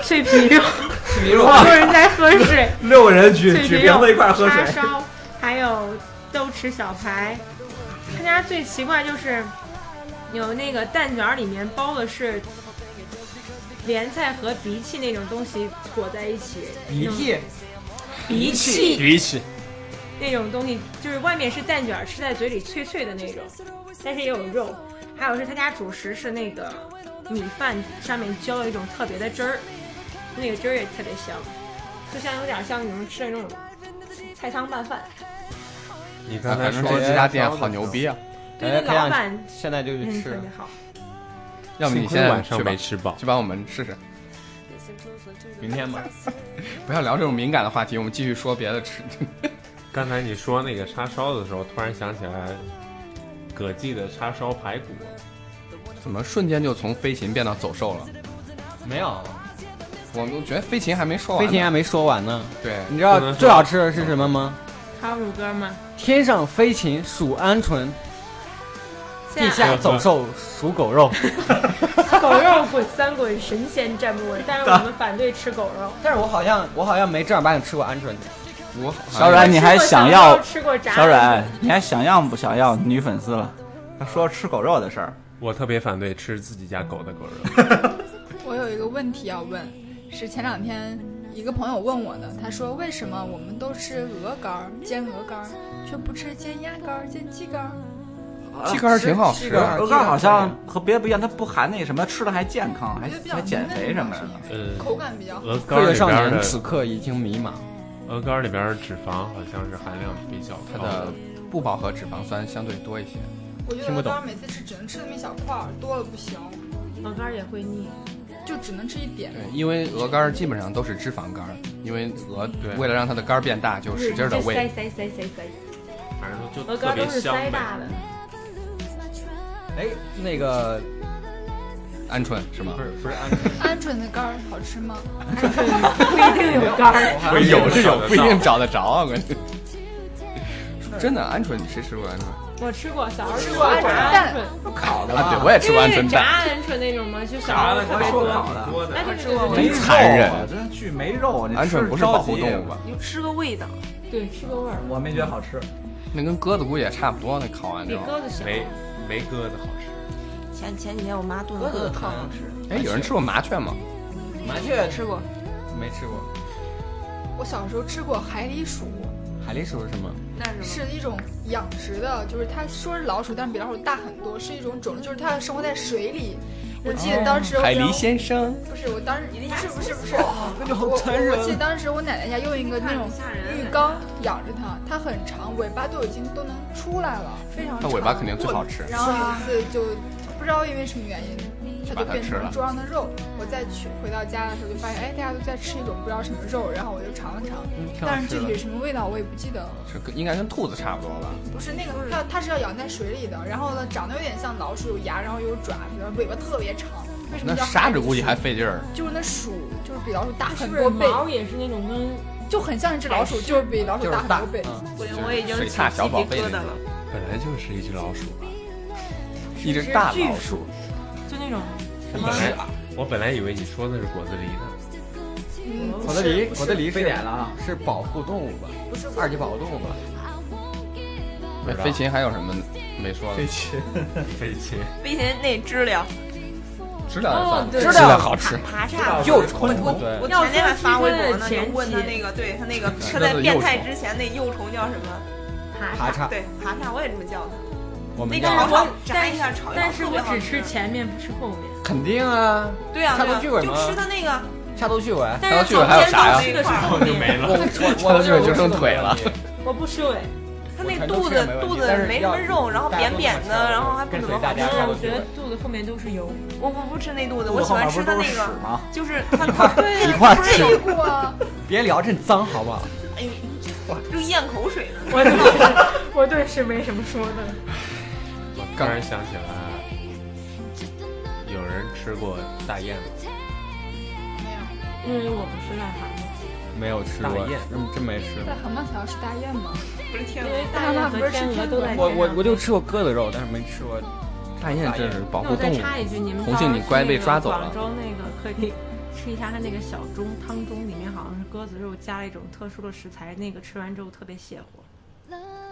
脆皮肉，脆皮肉好多人在喝水，六个人举脆举皮瓶肉子一块儿喝水叉，烧，还有豆豉小排。他家最奇怪就是有那个蛋卷儿里面包的是莲菜和鼻涕那种东西裹在一起，鼻涕，鼻涕鼻涕，那种东西，就是外面是蛋卷儿，吃在嘴里脆脆的那种，但是也有肉。还有是他家主食是那个米饭上面浇了一种特别的汁儿，那个汁儿也特别香，就像有点像你们吃的那种菜汤拌饭。你刚才反正说这家店好牛逼啊！对感觉那可老想板，现在就嗯，去特吃别，好。要不你幸现亏在晚去上吧没，吃饱，去帮我们试试。明天吧。不要聊这种敏感的话题，我们继续说别的吃。刚才你说那个叉烧的时候，突然想起来葛记的叉烧排骨，怎么瞬间就从飞禽变到走兽了？没有，我们觉得飞禽还没说完飞呢。禽啊嗯还没说完呢。对，你知道最好吃的是什么吗？还有乳鸽吗？天上飞禽属鹌鹑，现在地下走兽属狗肉。狗肉滚三滚，神仙站不稳。但是我们反对吃狗肉。但是我好像我好像没正儿八经吃过鹌鹑，我小阮，你还想要我吃过炸小阮，你还想要不想要女粉丝了？他说吃狗肉的事儿，我特别反对吃自己家狗的狗 肉。我有一个问题要问，是前两天一个朋友问我的，他说为什么我们都吃鹅肝儿、煎鹅肝儿，却不吃煎鸭肝儿、煎鸡肝儿？啊哎鸡肝儿挺好吃鸡的肝，儿鹅肝好像和别的不一样，它不含那什么，吃的还健康，还我觉得比较还减肥什么的。嫩呃，口感比较好。鹅科肝学里少边年此的刻已经迷茫。鹅肝里边的脂肪好像是含量比较它高的的。不饱和脂肪酸相对多一些。我觉得听不鹅懂肝儿每次吃只能吃那么一小块儿，多了不行，鹅肝也会腻。就只能吃一点 对。，因为鹅肝儿基本上都是脂肪肝儿，因为鹅对为了让它的肝儿变大，就使劲的塞喂。塞塞塞塞，反正就鹅特肝别都是香塞呗。大的。哎，那个鹌鹑是吗不？是不是按鹌鹑的肝儿好吃吗？不一定有肝儿。不是有是是有有，不一定找得着啊！关键真的鹌鹑，你谁吃过鹌鹑？我吃过，小时候吃过鹌鹑，鹌鹑烤的啊，对，我也吃过鹌因为鹑蛋，炸鹌鹑那种嘛，就小时炸候了特别我多也。烤的多的哎，对对对对没肉，啊残忍真去没肉，啊你鹌吃鹑不是着保护急动物吧？？有吃个味道，对，吃个味儿，我没觉得好吃，那跟鸽子估计也差不多，那烤完比之后。鸽子小。没没鸽子好吃。前前几天我妈炖了个汤，哎，有人吃过麻雀吗？麻雀吃过，没吃过，我小时候吃过海狸鼠，海狸鼠是什么？那是是一种养殖的，就是它说是老鼠，但是比老鼠大很多，是一种种类，就是它生活在水里。我记得当时我哦海不知道狸先生，不是，我当时不是不是不是， 那就我我我记得当时我奶奶家用一个那种吓人浴缸养着它，它很长，尾巴都已经都能出来了，非常它长。尾巴肯定最好吃。然后有一次就不知道因为什么原因，它就变成了桌上的肉。我再去回到家的时候，就发现哎，大家都在吃一种不知道什么肉，然后我就尝了尝，但是具体是什么味道我也不记得了。是跟应该跟兔子差不多吧？不是那个，它它是要养在水里的，然后呢，长得有点像老鼠，有牙，然后有爪子，然后尾巴特别长。为什么那叫杀海着狸估计鼠还费劲儿。就是那鼠，就是比老鼠大啊是很不多是倍，毛也是那种跟就很像一只老鼠，就是比老鼠大很多倍。嗯我我已经水起獭小鸡宝皮贝疙瘩那了种。，本来就是一只老鼠吧。一只大老鼠，就那种我本来我本来以为你说的是果子狸呢。嗯果子狸，果子狸非是典了啊是保护动物吧？二级保护动物吧？不知道飞禽还有什么没说的？去，飞禽，飞禽那知了、知了也算哦吗，对知了好吃，爬蚱，幼虫我我要前天还说鸡发微它的博呢，就前问他期那个，对他那嗯个那他在是变幼态虫之前那幼虫叫什么？爬蚱，对，爬蚱，我也这么叫它。我们那家个好我炒炸但一是下，炒一下，但是特别我好只吃前面，不吃后面。肯定啊，对呀、看对过呀、剧尾就吗吃的那个，下头去尾。还有但剧是尾好还有啥呀吃的是后就没面，我了。我下我头去尾就剩腿了我不吃尾。它我那全都肚吃了子没问题肚子但是没什要么肉，然后大家扁都这扁么的，吃然然后还不跟怎随么大好家吃。嗯，下头我去觉尾得。肚子后面都是油。我不不吃那肚子，我我喜欢吃它那个，吗？ 就是它它对呀、一块儿不是吃有过啊，别聊这脏好不好？哎呦，就咽口水了。我对我对是没什么说的。我突然想起来，有人吃过大雁吗？因为我不是癞蛤蟆，没有吃过大雁，嗯，真没吃癞蛤蟆条是大雁吗？不是天因鹅，为大雁和天鹅都在我我我就就吃过鸽子肉，但是没吃过。大雁这是保那我护再动物。插一句，你们红杏到你乖去被那个抓走了广州那个可以吃一下它那个小盅汤盅，里面好像是鸽子肉加了一种特殊的食材，那个吃完之后特别泻火。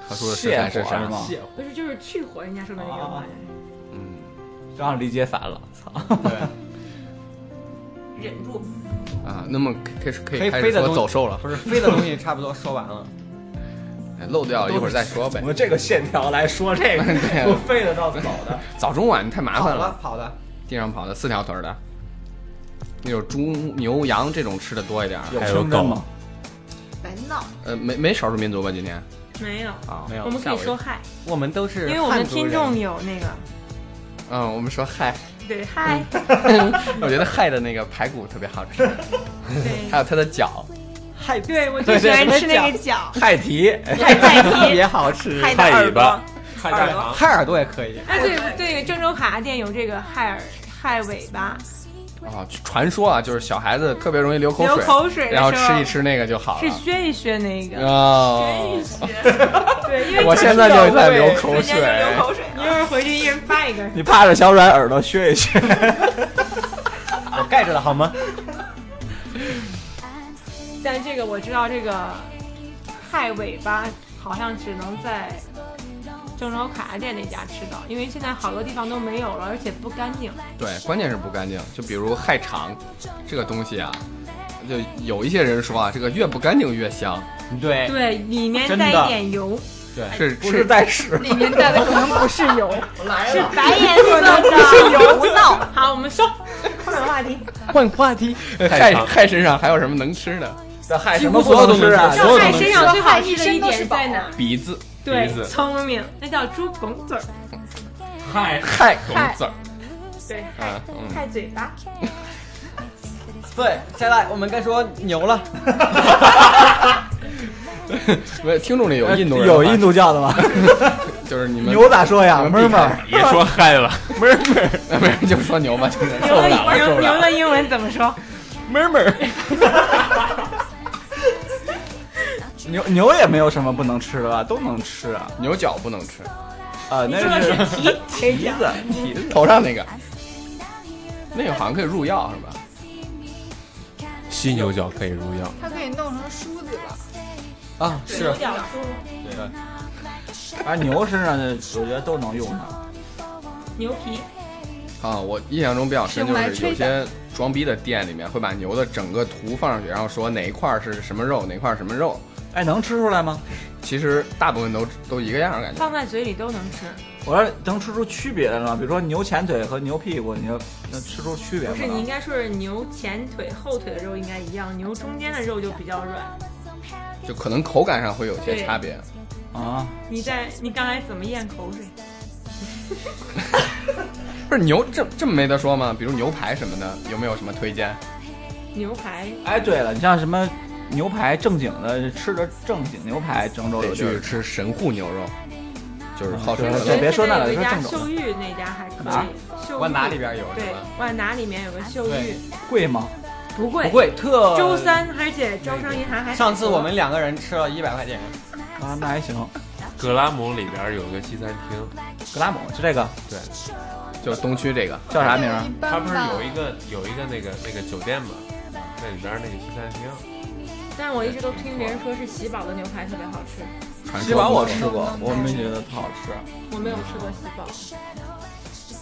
他说的食材是蟹啥黄吗？不是，就是去火，人家说的那个哦玩意儿。嗯，让人理解反了，操！忍住。啊，那么可以可可以以开飞始的说东西走兽 了，不是飞的东西差不多说完 了。哎漏掉了一会儿再说呗我。们这个线条来说这个 对啊，我费得到走的， 早中晚太麻跑烦的了，跑的，地上跑的四条腿儿的，那种猪、牛、羊这种吃的多一点儿。有还有清真狗 吗？别闹，呃，没没少数民族吧？今天 没有，啊，没有我们可吓以我一说嗨，我们都是因为我们汉族人听众有那个嗯，我们说嗨，对嗨，嗯我觉得嗨的那个排骨特别好 吃， 对还有它的脚，嗨，对 我就喜欢吃那个脚。海蹄，再提特别好吃，嗨的耳朵，看耳大朵堂，嗨耳朵也可以。哎，对对，郑州卡拉店有这个嗨耳嗨尾巴，啊，传说啊，就是小孩子特别容易流口流水，口水的然后时候吃一吃那个就好是了。削一削那个。哦，对，因为我现在就在流口瞬水 间，就流口水一了。会儿回去一人发一根。你怕着小软耳朵削一 削，我盖着了好吗？但这个我知道，这个菜尾巴好像只能在郑州卡拉店那家吃到，因为现在好多地方都没有了，而且不干净。对，关键是不干净。就比如害肠这个东西啊，就有一些人说啊，这个越不干净越香，对，对，里面真的带一点油，是不是吃在 使。里面带的可能不是油，是白颜色的，不闹， 好，我们收，换个话题。换话题。害肠害身上还有什么能吃的？这害几什乎么所有不都能吃啊能？吃要害身上最好吃的一点在哪？鼻子对鼻，子聪明，那叫猪拱嘴儿。嗨，害口字儿对，啊，嗯，害嘴巴。对，现在我们该说牛 了。 不是，听众里有印度人，有印，度教的吗？就是你们 牛咋说呀？你妹们儿避开别们，说嗨了，那 没人就说牛嘛，就是牛 受的不了了，受牛不了牛了。的英文怎么 说？牛牛也没有什么不能吃的吧？都能吃啊。牛角不能吃，啊，你那说的是 蹄，是蹄子，蹄子。头上那个，嗯那个好像可以入药是吧？ 犀牛角可以入药。它可以弄成梳子吧？啊，是牛角梳，反正牛身上的我觉得都能用上。牛皮。啊，我印象中比较深就是用来是有吹些装逼的店里面会把牛的整个图放上去，然后说哪一块儿是什么肉，哪块儿什么肉，哎，能吃出来吗？其实大部分都都一个样儿感觉。放在嘴里都能吃，我说能吃出区别来吗？比如说牛前腿和牛屁股，你要能吃出区别不吗？是你应该说是牛前腿、后腿的肉应该一样，牛中间的肉就比较软。就可能口感上会有些差别。啊，你在你刚才怎么咽口水？不是牛这这么没得说吗？比如牛排什么的，有没有什么推荐？牛排哎，对了，你像什么牛排正经的，吃着正经牛排，郑州得有地去儿。吃啊神户牛肉，就是好吃对的别说那那了有一说家正宗秀玉那家还可哪儿以，秀玉万达里边有是对吧？，万达里面有个秀玉对，贵吗？不贵不。贵，特哎周。三，而且招商银行还上次我们两个人吃了一百块钱，啊，那还行。格拉姆里边有个西餐厅，格拉姆就这个对，就东区这个叫啥名一儿？啊般啊它嗯不是吧有一个有一个那个那个酒店吗？那在里边儿那个西餐厅，但我一直都听别人说是喜宝的牛排特别好吃，传西说宝中我的吃过，我没觉得它好吃。我没有吃过喜宝，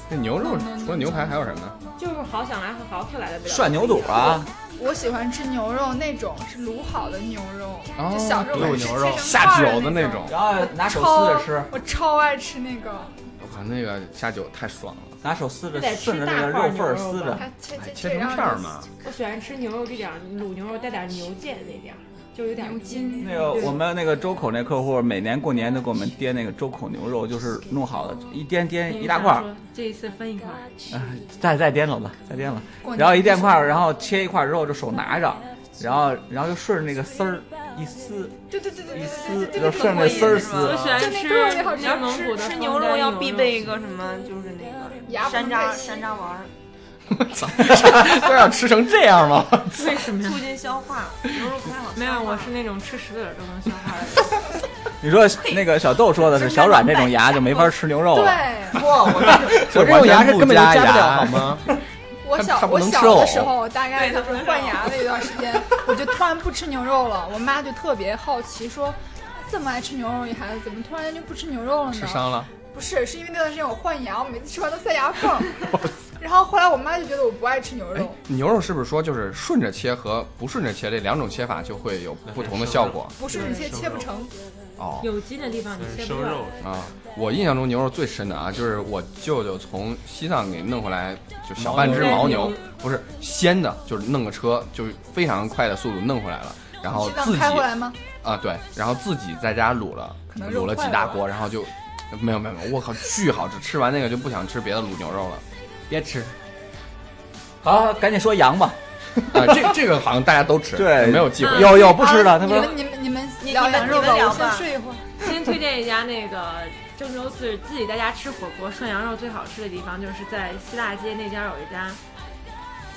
那牛肉除了牛排还有什么？就是好想来和好可来的味道。涮牛肚啊，我喜欢吃牛肉那种是卤好的牛肉，哦就小时候我卤吃牛切成肉块儿下酒的的那那种然后拿手撕超着吃，我超爱吃那个，我靠，那个下酒太爽了，拿手撕着得，吃顺着那个肉缝儿撕大块牛肉着吧。它切哎切切然成后片儿嘛。我喜欢吃牛肉这点儿卤牛肉带点儿牛腱那点儿，就有点牛筋那个我们那个周口那客户，每年过年都给我们颠那个周口牛肉，就是弄好的，一颠颠一大块儿，说这一次分一块儿，啊 再再颠了吧，再颠了过，年然后一颠块儿，然后切一块儿之后就手拿着，然后然后就顺着那个丝儿一撕对对对对一对撕对，对就顺着那丝儿撕啊我。喜欢就那个也好吃吃你要内蒙古吃的吃风 牛干肉要必 备一个什么，就是那个牙山不楂配山楂 丸儿，都要吃成这样吗？为什么呀促？进消化。牛肉不太好消化。 没有，我是那种吃石子儿都能消化的人。你说那个小豆说的是小阮这种牙就没法吃牛肉了，对，我这种牙是根本就加不了牙好吗？我小它不我能小吃藕的时候，我大概就是换牙的一段时间，我就突然不吃牛肉了。我妈就特别好奇，说这么爱吃牛肉一孩子，怎么突然间就不吃牛肉了呢？吃伤了，不是，是因为那段时间我换牙，我每次吃完都塞牙缝儿。然后后来我妈就觉得我不爱吃牛哎肉，，牛肉是不是说就是顺着切和不顺着切这两种切法就会有不同的效果？不是你切切不成。哦，有筋的地方你但切是不收断肉。啊，我印象中牛肉最深的啊，就是我舅舅从西藏给弄回来，就小半只牦牦牛牛，不是鲜的，就是弄个车，就是非常快的速度弄回来了，然后西藏哦自己开回来吗？啊对，然后自己在家卤了，可能肉卤了几坏了大锅，然后就没有没有没有，我靠，巨好吃，吃完那个就不想吃别的卤牛肉了。别吃。好，赶紧说羊吧。啊，这这个好像大家都吃，对没有忌讳。有有不吃的，他啊你说们你们你们你聊你们羊肉你吧，们聊我先吧睡一会儿。先推荐一家那个郑州市自己在家吃火锅涮羊肉最好吃的地方，就是在西大街那家有一家，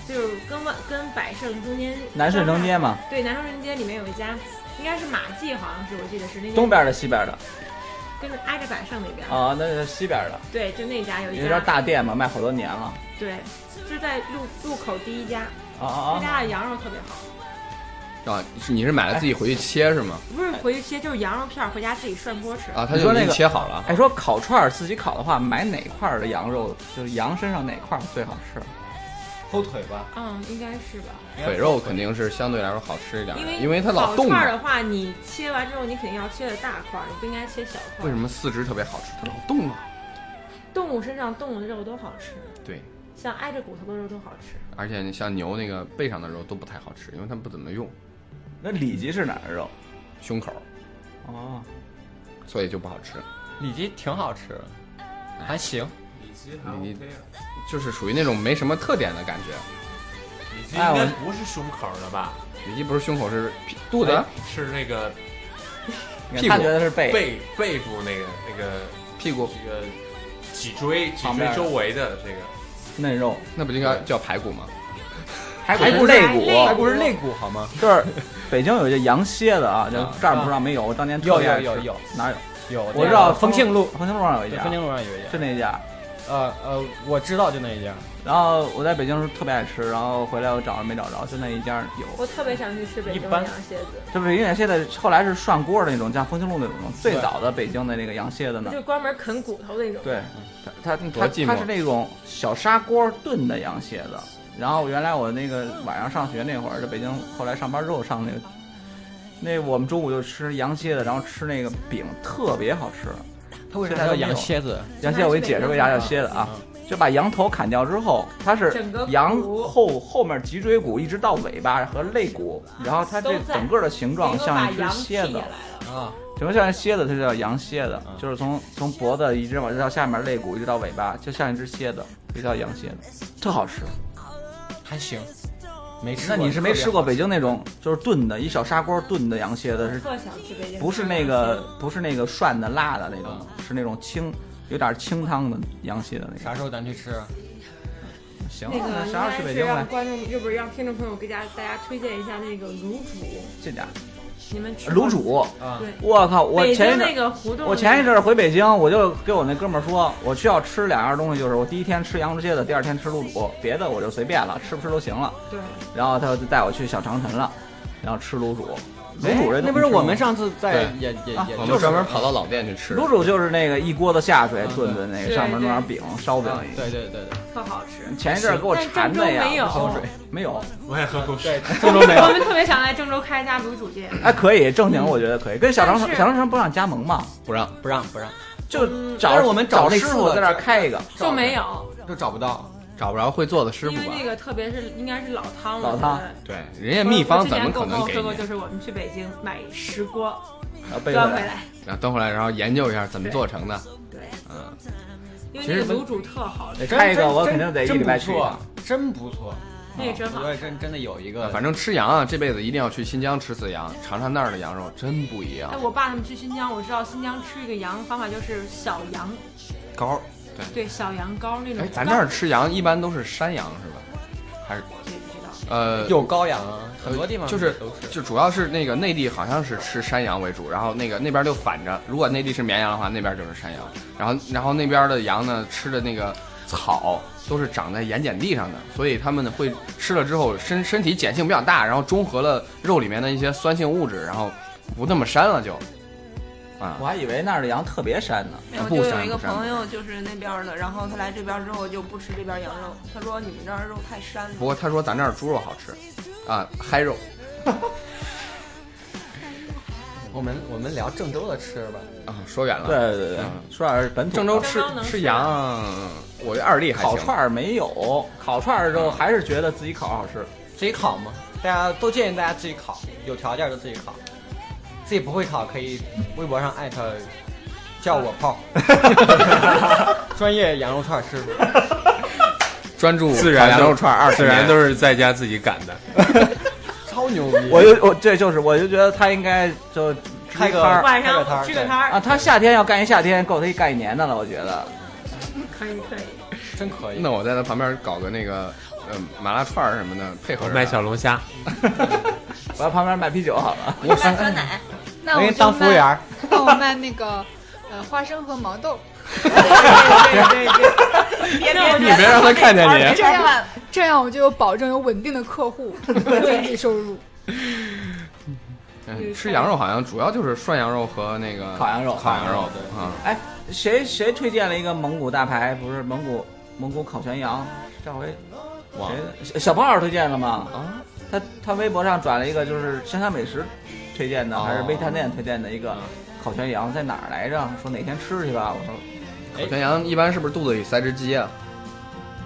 就是跟万跟百盛中间南顺城街嘛，对南顺城街里面有一家，应该是马记，好像是我记得是那家东边的西边的跟着挨着百盛那边，啊，那是西边的，对，就那家有因一为这家，大店嘛，卖好多年了。对，就在路路口第一家，啊那啊啊！家的羊肉特别好，啊，是你是买了自己回去切是吗？不是哎回去切就是羊肉片儿回家自己涮锅吃。啊，他你就说已那经个切好了。哎，说烤串儿自己烤的话，买哪块儿的羊肉，就是羊身上哪块儿最好吃？偷腿吧，嗯，应该是吧，腿肉肯定是相对来说好吃一点的，因因为它老烤冻串儿嘛。的话，你切完之后你肯定要切的大块儿，你不应该切小块儿。为什么四肢特别好吃？它老冻嘛。动物身上动物的肉都好吃，对，像挨着骨头的肉都好吃。而且你像牛那个背上的肉都不太好吃，因为它不怎么用那里脊是哪儿的肉？胸口，哦，所以就不好吃。里脊挺好吃的，还行。里脊还还 OK OK 就是属于那种没什么特点的感觉。里脊应哎我该不是胸口的吧？里脊不是胸口是屁肚子、啊哎是那个你屁看股他觉得是背，背背部那个那个屁股，这个脊椎脊旁边椎的周围的这个。嫩肉，那不就应该叫排骨吗？排排骨骨是肋排骨， 肋不是肋骨好吗？这儿北京有一个羊蝎子啊，就啊这儿不知道没有，我当年特有别爱有吃有有哪有？有，我知道丰庆路，恒兴路上有一对，家丰，庆路上有一家。是那家。呃呃，我知道就那一家。然后我在北京的时候特别爱吃，然后回来我找着没找着，就那一家有。我特别想去吃北一京般的羊蝎子，就北京羊蝎子后来是涮锅的那种，像风清路那种。最早的北京的那个羊蝎子呢就，是专门啃骨头那种。，对，它它多它寂寞它是那种小砂锅炖的羊蝎子。然后原来我那个晚上上学那会儿，在北京后来上班之后上那个，那我们中午就吃羊蝎子，然后吃那个饼，特别好吃。它为啥叫羊蝎子？羊蝎，我给你解释为啥叫蝎子啊，嗯就把羊头砍掉之后，它是整个骨羊后后面脊椎骨一直到尾巴和肋骨，然后它这都在整个的形顶状多把像一只羊劈蝎下子来，了。啊，整个像蝎子，它就叫羊蝎子，就是从从脖子一直往直到下面肋骨一直到尾巴，就像一只蝎子，就叫羊蝎子，特好吃。还行，没吃那过。你是没吃过北京？京那种就是炖的，一小砂锅炖的羊蝎子是特想去北京，不是那个？不是那个涮的辣的那种，是那种清有点清汤的羊蝎子那种。啥时候咱去吃？啊行那个了，应啥时候该去北是京来让？观众，要不是让听众朋友给大家大家推荐一下那个卤煮，这家你们吃过卤煮，啊对我靠！我北京前一阵那个胡同，我前一阵儿回北京，我就给我那哥们儿说，我需要吃两样东西，就是我第一天吃羊肉蝎子，第二天吃卤煮，别的我就随便了，吃不吃都行了。对，然后他就带我去小长城了，然后吃卤煮。卤哎煮这那不是我们上上次在也也啊也我就们是专门跑到老店去吃。卤煮就是那个一锅子下水嗯炖的那个，对上面弄点饼、烧饼。啊对对对对，特好吃。前一阵儿给我馋的呀，但郑州没有我口水没有。我也喝口水。郑州没我有，们特别想来郑州开一家卤煮店，哎，可以正经，我觉得可以。跟小长城但是小长城不让加盟嘛，不让，不让不让，就但找是我们找找那师师傅傅在那儿开一个就没有，就找不到。找不着会做的师傅因为吧那？个特别是应该是老汤了。老汤对对，人家秘方怎么可能我之前跟我朋友给说过，就你？是我们去北京买石锅然后背回端回来。来，然后端回来，然后研究一下怎么做成的。对，嗯，因为其实那个卤煮特好吃，得真哎开一个，真我真肯定得一礼拜去一趟。真不错，那个真真不好错。我也真真的有一个，反正吃羊啊，这辈子一定要去新疆吃次羊，尝尝那儿的羊肉，真不一样哎，。我爸他们去新疆，我知道新疆吃一个羊的方法就是小羊，膏，对，小羊羔那种。哎，咱这儿吃羊一般都是山羊是吧？还是也不知道，呃，有羔羊啊，很多地方就是都是。就主要是那个内地好像是吃山羊为主，然后那个那边就反着，如果内地是绵羊的话，那边就是山羊，然后然后那边的羊呢吃的那个草都是长在盐碱地上的，所以他们会吃了之后身身体碱性比较大，然后中和了肉里面的一些酸性物质，然后不那么膻了就，啊我，还以为那儿的羊特别膻呢。没有，不就有膻一个不膻朋友就是那边儿的，然后他来这边儿之后就不吃这边儿羊肉，他说你们这儿肉太膻不了。过他说咱这儿猪肉好吃，啊，嗨肉，我们我们聊郑州的吃吧，啊，说远了，对，对对对，说点儿本土的。郑州郑吃州能吃吃羊，我这二力还烤行，串儿没有，烤串儿之后还是觉得自己烤好吃。自己烤嘛，大家都建议大家自己烤，有条件就自己烤，自己不会烤可以微博上艾特叫我泡， 专业羊肉串师傅。专注自然烤都羊肉串二十自年，然都是在家自己擀的。超牛逼！ 我就我这就是，我就觉得他应该就开个摊儿晚开个摊上儿支个摊啊，儿，他夏天要干一夏天，够他一干一年的了，我觉得。可以可以。真可以。那我在他旁边搞个那个，呃，麻辣串儿什么的，配合着卖 小龙虾，我要旁边卖啤酒好了。我酸奶，那我我给你就当服务员卖，儿，那我卖那个呃花生和毛豆， 别别 你别让他看见你。 这样这样我就有保证有稳定的客 户和经济收入。嗯吃羊肉好像主要就是涮羊肉和那个烤羊肉嗯烤羊肉对啊。哎，谁谁推荐了一个蒙古大排？不是蒙古蒙古烤全羊，这回忘了谁小小胖老师推荐了吗？啊，他他微博上转了一个，就是香香美食推荐的，还哦是微探店推荐的一个烤全羊，在哪儿来着？说哪天吃去吧。我说烤全羊一般是不是肚子里塞只鸡啊？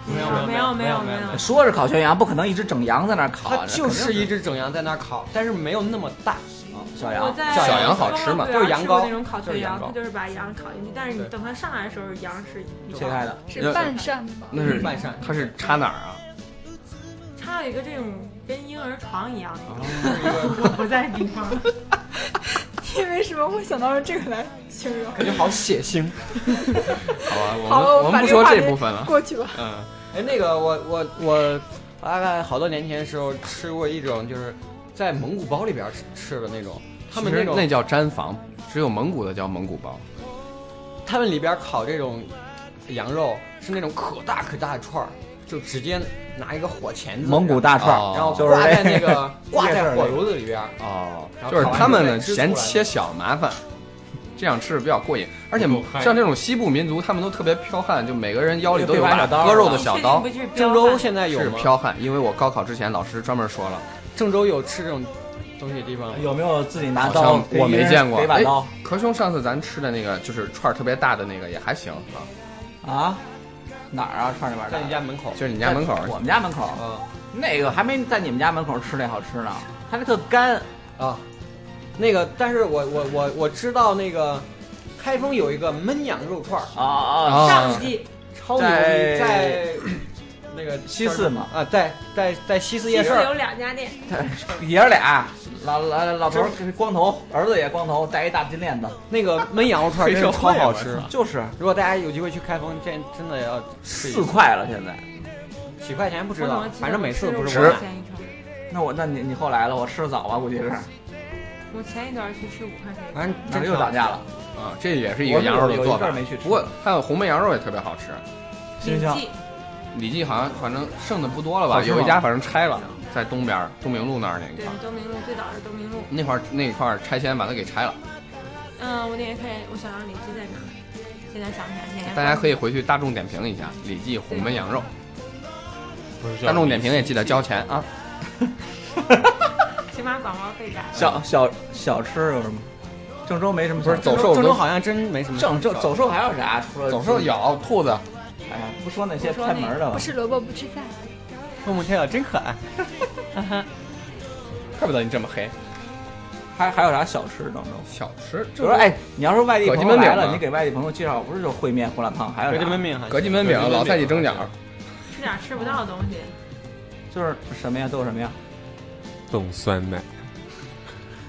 没没有没有没有说是烤全羊，不可能一只整羊在那儿烤啊，它就是一只整羊在那儿烤，但是没有那么大，啊那肯定是小我羊。在小羊好吃嘛对啊就是羊吃过羔那种烤就是全羊羊，羔它就是把羊烤进去，但是你对等它上来的时候，羊是一切开的，是半扇的吧？那是半扇它是插哪儿啊？插了一个这种跟婴儿床一样哦的，就是一个我不在地 方。你为什么会想到用这个来形容？感觉好血腥。好吧，我好了们我把们不这个说话题这部分 了。过去吧。嗯，哎，那个我我我大概好多年前的时候吃过一种，就是在蒙古包里边吃吃的那种，他们其实种那叫毡房，只有蒙古的叫蒙古包。他们里边烤这种羊肉是那种可大可大的串儿，就直接拿一个火钳子，啊蒙古大串哦儿，然后就是挂在那这个挂叶子在儿那火个炉子里边儿，哦然后就是烤他完之后们再呢支出嫌来切小麻烦，这样吃着比较过瘾。而且不够嗨像这种西部民族，他们都特别剽悍，就每个人腰里都有对把把小刀割肉的啊小刀你。 确定不是郑彪州悍现在有是吗？剽悍，因为我高考之前老师专门说了，郑州有吃这种东西的地方吗？有没有自己拿好刀像？我没见过。给一把哎刀，壳兄上次咱吃的那个就是串儿特别大的那个也还行啊，啊？哪儿啊？串那边儿的在你家门口就是你家门口儿我们家门口儿啊那个还没在你们家门口儿吃那好吃呢，它那特干。啊，那个，但是我我我我知道那个开封有一个焖羊肉串儿，啊啊！哦上季超牛逼，在在那个西四嘛啊，在在在西四夜市其实有儿，两家店， 爷儿俩，老老老头儿光头，儿子也光头，戴一大金链子，那个焖羊肉串儿真的超好吃。就是如果大家有机会去开封，真真的要吃一四块了现在。次几块钱不知我怎道么，反正每次不是吃我肉买。钱一串啊那我那你你后来了，我吃的早吧，估计是。我前一段儿去吃武汉水反正哪真个又打架挺好了？啊，这也是一个羊肉的做我有法一阵儿没去。吃不 过还有红焖羊肉也特别好吃，新疆记李记好像反正剩的不多了吧？好吃吗有一家反正拆了，在东边儿东明路那儿那一对块儿，，东明路最早是东明路。那块儿那块儿拆迁把它给拆了，嗯，我那天看见，我想想李记在哪儿，现在想不起来那天。大家可以回去大众点评一下李记红焖羊肉，不是叫大众点评也记得交钱啊。起码广告费改了。小小小吃有什么？郑州没什么不小是吃，走郑兽州郑跟州好像真没什么。郑州走兽还有啥？除了走兽咬兔子，哎呀，不说那些不说开那门不的啊了。吃萝卜不吃菜。蹦蹦跳跳啊真可爱。怪不得你这么黑。还还有啥小吃？郑州？小吃，就说哎，你要是外地葛记朋友焖饼来了，吗你给外地朋友介绍，不是就烩面、胡辣汤，还有啊隔壁啥焖？饼啊还行，格记焖饼、啊老赛季蒸饺，吃点吃不到的东西，就是什么呀，都有什么呀？冻酸奶，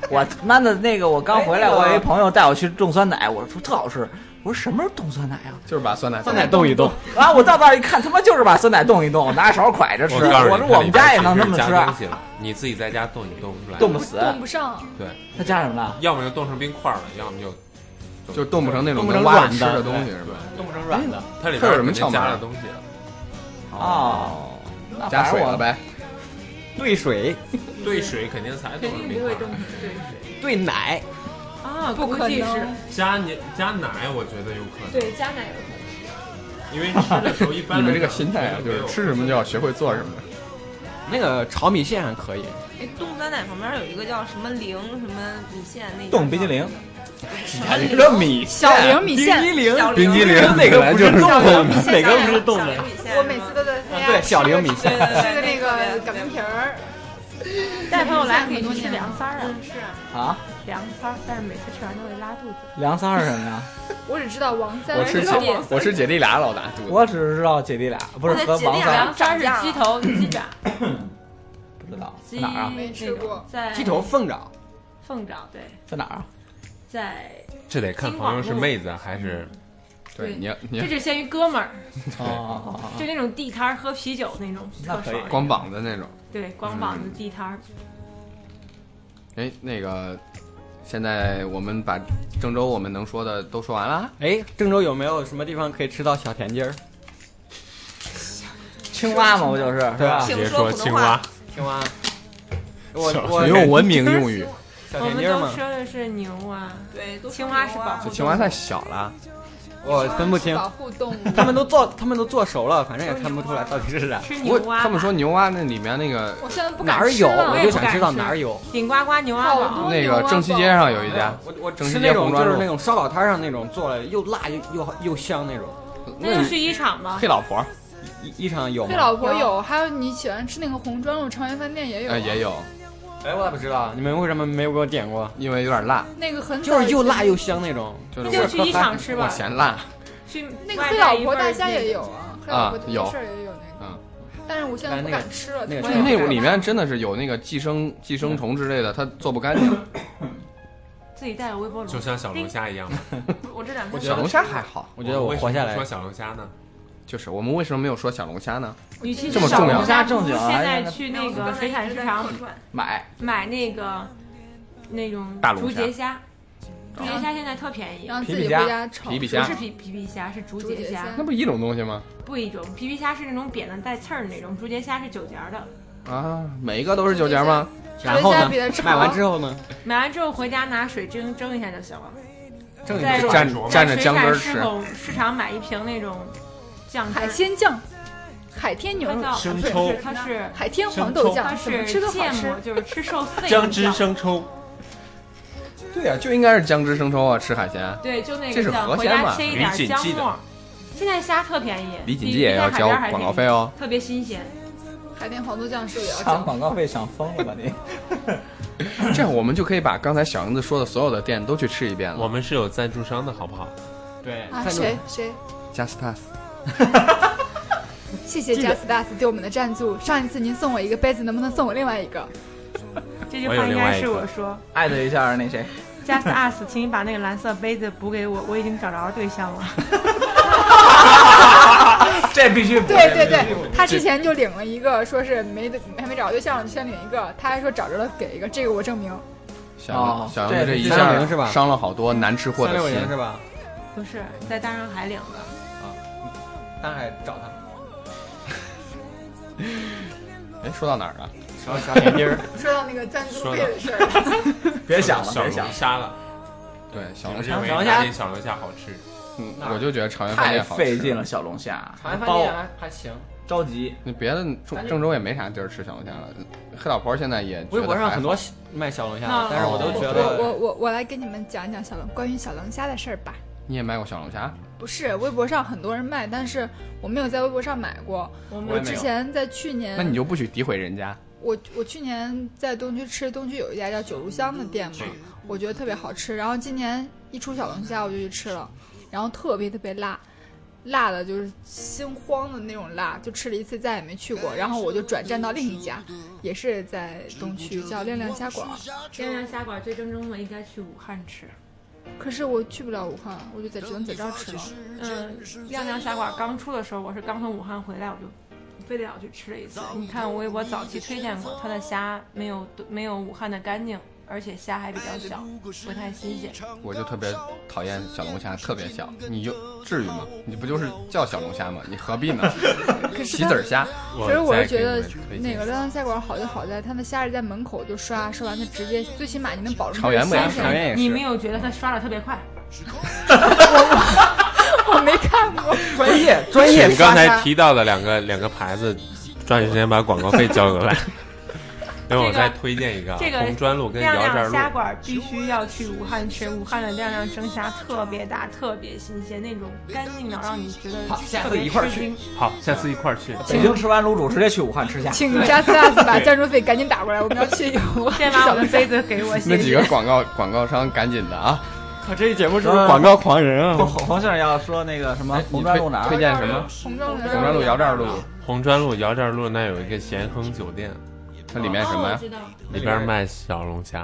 我他妈的那个，我刚回来，哎那个我有一朋友带我去冻酸奶，我说特好吃。我说什么是冻酸奶啊？就是把酸奶酸奶冻一冻。啊，我到那儿一看，他妈就是把酸奶冻一冻，拿勺蒯着吃。我告诉我你，说我们家也能这这么加吃，啊啊东西了，你自己在家冻也冻不出来，冻不死。啊冻不上，对，他加什么了？要么就冻成冰块了，要么就就冻不成那种冻不能成挖着软吃的的哎东西是吧？冻不成软的。它里边这有儿什么肯定窍门加啊了东西了，哦，那加反水正了我呗，兑水、兑水肯定才肯冻定成不冰会块冻儿，成对水。兑奶，啊，不估可计是能。加你加奶，我觉得有可能，对加奶油可能。因为吃的时候一般 你来讲们这个心态啊，就是吃什么就要学会做什么。那个炒米线还可以，哎，冻酸奶旁边有一个叫什么零什么米线那个冻冰激凌，啥 零米小玲米线，零小 冰激 零凌哪个不是冻小的零米？线哪个不是冻小的零？米线我每次都在他啊家对，小零米线对。对吃的那对 个对擀面皮儿，带朋友来可以去吃凉三儿嗯啊，是啊啊，凉三儿，但是每次吃完都会拉肚子。凉三是什么呀？我只知道王三 我吃知道姐王，我吃姐弟俩老大肚子，我只知道姐弟俩，不是我的和姐弟王俩三，凉三儿是鸡头、鸡爪、不知道鸡在哪儿啊？没吃过那种在鸡头、凤爪，凤爪，对，在哪儿啊？在这得看朋友是妹子还是对你要你这要只限于哥们儿，哦哦哦就那种地摊儿喝啤酒那种，那特可以爽光膀子那种。对，光膀子地摊儿。哎，那个，现在我们把郑州我们能说的都说完了，啊哎，郑州有没有什么地方可以吃到小甜鸡儿？青蛙嘛，不就是是对吧啊？直请接说普青通蛙话，青蛙，我小我用文明用语，小我甜们鸡儿都嘛说，的是牛啊，对，都啊青蛙是保这护青蛙太小了，我分不清。保护动物。 他们都做，他们都做熟了，反正也看不出来到底是啥。吃不牛过蛙吧。他们说牛蛙那里面那个我现在不哪敢儿吃有，了哎我就想知道哪儿有。顶呱呱哦牛蛙好堡多，那个正西街上有一家，哎我我正吃西那街种红就砖是那路，种烧烤摊上那种做了又辣又又又香那种。哦那就去一场吧黑。老婆一一场有对吗？老婆有，还有你喜欢吃那个红砖路长源饭店哎也有啊，呃也有，哎，我咋不知道？你们为什么没有给我点过？因为有点辣，那个很早就是又以前辣又香那种。就那是就我去一场吃我吧。嫌辣，去那个外黑带老一婆份儿大家那也个有啊，黑老婆啊这有件事儿也有嗯那个，但是我现在不敢吃了。那个突我然也有那点里辣面真的是有那个寄生寄生虫之类的，它做不干净。自己带的微波炉就。像小龙虾一样嘛。我这两天小龙虾还好，我觉得我活下来为什么不说，小龙虾呢？就是我们为什么没有说小龙虾呢？与其这么是小重要龙虾，这么重要不如现哎在那去那个水产市场买买那个那种大龙竹虾节虾，竹节虾现在特便宜哦然，后皮自皮己虾回家炒皮皮不虾是皮皮皮虾，是竹竹节节虾虾，那不一种东西吗？不一种皮皮虾是那种扁的带刺儿的那种，竹节虾是九节儿的。啊，每一个都是九节吗？然后呢比它？长买完之后 呢？买完之后回家拿水蒸蒸一下就行了。正在正蘸蘸着水姜汁产儿市吃，口市场买一瓶那种酱汁儿啊海，鲜酱、海天牛它肉啊叫酱、生不是抽它是海天黄豆它酱，怎么是吃都好芥末，吃。就是吃 受肺姜汁的酱生抽，对呀、就应该是姜汁生抽啊，吃海鲜。对，就那这个是酱，河回鲜家吧切一李点锦姜记的末儿。现在虾特便宜，李锦比记也要比在海交边儿还广告便宜费哦，特别新鲜。海天黄豆酱是不是啊也 要抢酱？广告费，想疯了吧你？这样我们就可以把刚才小英子说的所有的店都去吃一遍我了。们是有赞助商的好不好？对啊，赞助谁谁？ Just Pass，谢谢 Just Das 对我们的赞助。上一次您送我一个杯子，能不能送我另外一个？这句我有话应另外该一是个我说艾特一下那谁， ，Just Us，请你把那个蓝色杯子补给我，我已经找着对象 了。这必须补对对对，他之前就领了一个，说是没得还没找对象，就先领一个，他还说找着了给一个，这个我证明。小、哦小这杨这一三六下零是吧伤了好多难吃货三的六心零。是吧？不是在大上海领的，当然找他。哎，说到哪儿了？ 小小点 丁儿，说到那个赞助说费到的事儿，别想了，小别想龙了。虾了，对，小你龙们虾认，为哪里小龙虾小龙虾好吃？嗯哪，儿我就觉得朝阳饭太店好吃。费劲了，小龙虾，长安饭包店还还行，着急。那别的郑郑州也没啥地儿吃小龙虾了，黑老婆现在也觉微得博上还很好多卖小龙虾那的，但是我都觉我我得我我来给你们讲一讲小龙关于小龙虾的事儿吧。你也卖过小龙虾？不是微博上很多人卖，但是我没有在微博上买过。我我也我没之有前在去年，那你就不许诋毁人家。我我去年在东区吃东区有一家叫九如香的店嘛，我觉得特别好吃。然后今年一出小龙虾我就去吃了，然后特别特别辣，辣的就是心慌的那种辣，就吃了一次再也没去过。然后我就转战到另一家，也是在东区叫亮亮虾馆儿，天然虾馆最正宗的应该去武汉吃。可是我去不了武汉，我就在只能在这儿吃了。嗯，亮亮虾馆刚出的时候，我是刚从武汉回来，我就非得要去吃了一次。你看我微博早期推荐过，它的虾没有没有武汉的干净，而且虾还比较小，不太新鲜。我就特别讨厌小龙虾，特别小，你就至于吗？你不就是叫小龙虾吗？你何必呢？可是棋它子儿虾，其实我再是给觉你得们推荐那个亮亮虾馆好就好在它的虾是在门口就刷，刷完它直接，最起码你能保证它朝是元不也新是鲜朝的。元也你没是。有觉得它刷的特别快？我没看 过，专业专业请刚刷才虾，提到的两个两个牌子，抓紧时间把广告费交过来。等会儿我这个再推荐一个啊这个红砖路跟亮姚寨亮虾路，馆必须要去武汉吃，武汉的亮亮蒸虾特别大，特别新鲜，那种干净到让你觉得好下特次别一块儿吃去惊。好，下次一块儿去。北京吃完卤煮，直接去武汉吃虾。请 Just Us 把赞助费赶紧打过来，我们要去游。先把我的杯子给 我， 那谢几谢个。广告广告商赶紧的啊！可这节目是不是嗯广告狂人啊？不红红杏儿要说那个什么哎你红砖路哪推儿？荐什么？红砖红砖路、姚寨路，红砖路、姚寨路那有一个咸亨酒店，它里面什哦么呀？里边卖小龙虾。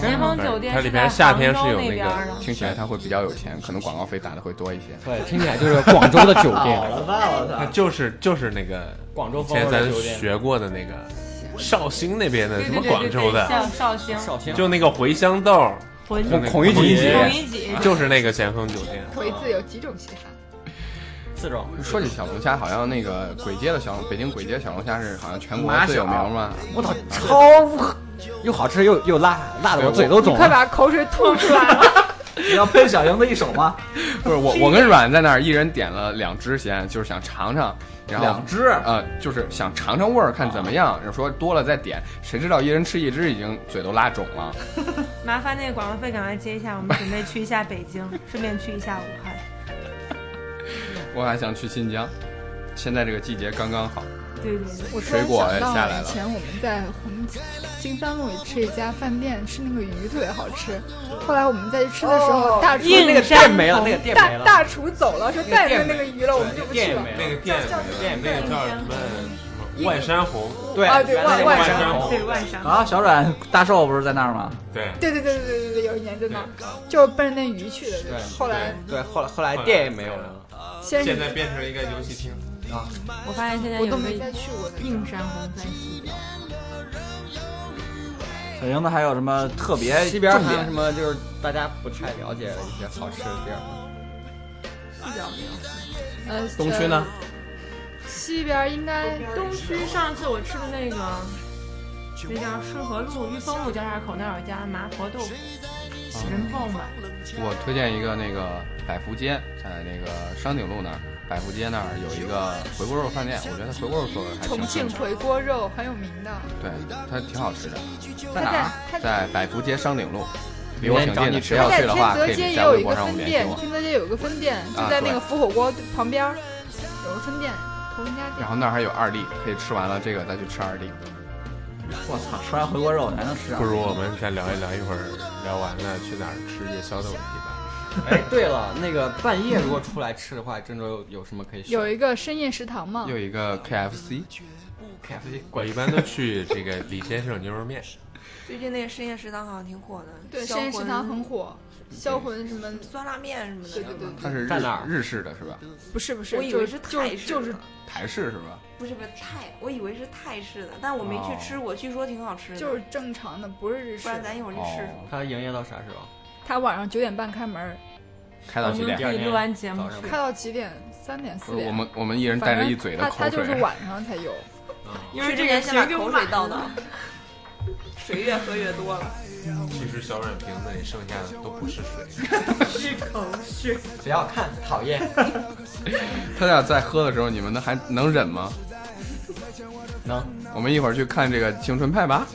神风酒店它里是边在夏天杭是州有那那边个呃儿的听起来它会比较有钱，可能广告费打的会多一些。对，听起来就是广州的酒 好店，了吧，我它操！就是就是那个广州以风味前的咱酒店。学过的那个绍兴那边的对什对么对对广州对的，像绍兴、绍兴就那个茴香豆，浑就那个孔乙己孔乙己，就是那个咸亨酒店。回字有几种稀罕？四种，说起小龙虾，好像那个簋街的小北京簋街小龙虾是好像全国麻最有小名嘛。我操，超又好吃又又辣，辣的我嘴都肿你快了。把口水吐出来了！ 你要喷小英子一手吗？不是我，我跟阮在那儿一人点了两只咸，就是想尝尝，然后两只呃，就是想尝尝味儿，看怎么样。然后说多了再点，谁知道一人吃一只，已经嘴都拉肿 了。麻烦那个广告费赶快接一下，我们准备去一下北京，顺便去一下武汉。我还想去新疆，现在这个季节刚刚好。对对对，我突然水果想到下来了以前我们在红金三路吃一家饭店，吃那个鱼特别好吃。后来我们再去吃的时候，大厨因为那个山店没了头那个店没大了大厨走了，说再也没有店那个鱼了，我们就不去店了。没那了个店店没那个叫什么什么万山红，对啊对原来那个万万山山红对万山。啊，小阮大寿不是在那儿吗？对，对对对对对对，有一年真的就是奔着那鱼去的。对后来对，后来后来店也没有了。先是现在变成一个游戏厅。我发现现在我有都个没再去过那个。映山红在西边，小英子还有什么特别西边重还有什点？么就是大家不太了解的一些好吃的地儿？呃，东区呢？西边儿应该东区上次我吃的那个，那叫顺河路、裕丰路交叉口那儿有一家麻婆豆腐，人爆满。我推荐一个那个百福街，在那个商鼎路那儿，百福街那儿有一个回锅肉饭店，我觉得它回锅肉做的还挺重好吃庆的，回锅肉很有名的，对，它挺好吃的，它哪儿在它在百福街商鼎路，离我挺找近你的。吃谁它要在去的话，天可泽以街在有微一博个上我分联系店，我。天泽街有一个分店，就啊在那对个福火锅旁边儿有个分店，头文家然店。后那儿还有二粒，可以吃完了这个再去吃二粒。哦我操，吃完回锅肉你还能吃不啊？如我们再聊一聊，一会儿聊完了去哪儿吃夜宵的问题吧。哎，对了，那个半夜如果出来吃的话，郑州有有什么可以选？有一个深夜食堂嘛，又一个 KFC， KFC 我一般都去这个李先生牛肉面，最近那个深夜食堂好像挺火的，对，销深夜食堂魂很火，销魂什么？酸辣面什么的。对对对，它是在哪儿日日式的是吧？不是不是，我以就为是就泰式的就是台式是吧？不是不是泰，我以为是泰式的，但我没去吃过，据说挺好吃的。就是正常的，不是日式不然的。咱一会儿去试试。哦，它营业到啥时候？他晚上九点半开门，开我到几们点？第二可以天录完节目早上开到几点？三点不嗯四是点。我们我们一人带反着正一嘴的他口他就是水，晚上才有。因为之前先把口水倒倒，水越喝越多 了。其实小软瓶子里剩下的都不是水。不要看，讨厌。他俩在喝的时候，你们能还能忍吗？能，我们一会儿去看这个《青春派》吧，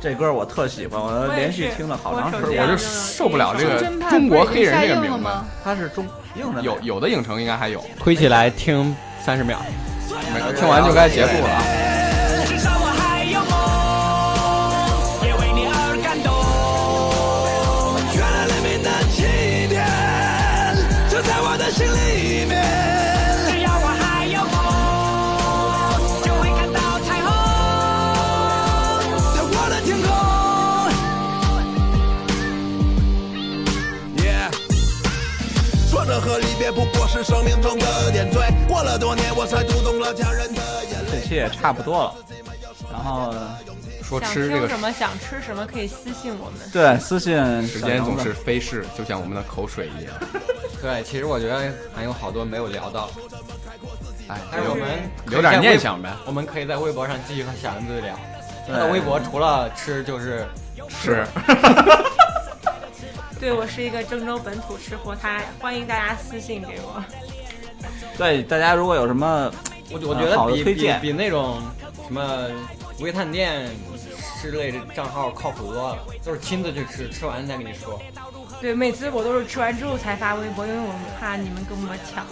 这歌我特喜欢，我连续听了好长时我间。我也就是受不了这青个春派中国不是黑人下这映个了名吗字。？它是中硬的，有有的影城应该还有，推起来听三十秒。没听完就该结束了啊。至少我还有梦，也为你而感动。原来黎明的起点就在我的心里面。只要我还有梦，就会看到彩虹，在我的天空。Yeah。说着和离别不过是生命中的点缀，过了多年我才读懂了家人的眼泪。这期也差不多了。然后说想吃这听个什么想吃什么可以私信我们。对私信时时间总是飞逝，就像我们的口水一样。对，其实我觉得还有好多没有聊到，哎，但是我们留点念想 呗，我们可以在微博上继续和小丸子聊。他的对微博除了吃就是是。对我是一个郑州本土吃货，他欢迎大家私信给我。对大家如果有什么我我啊觉得好的比推比荐比那种什么微探店之类的账号靠谱多了，都是亲自去吃，吃完再跟你说。对，每次我都是吃完之后才发微博，因为我们怕你们跟我们抢。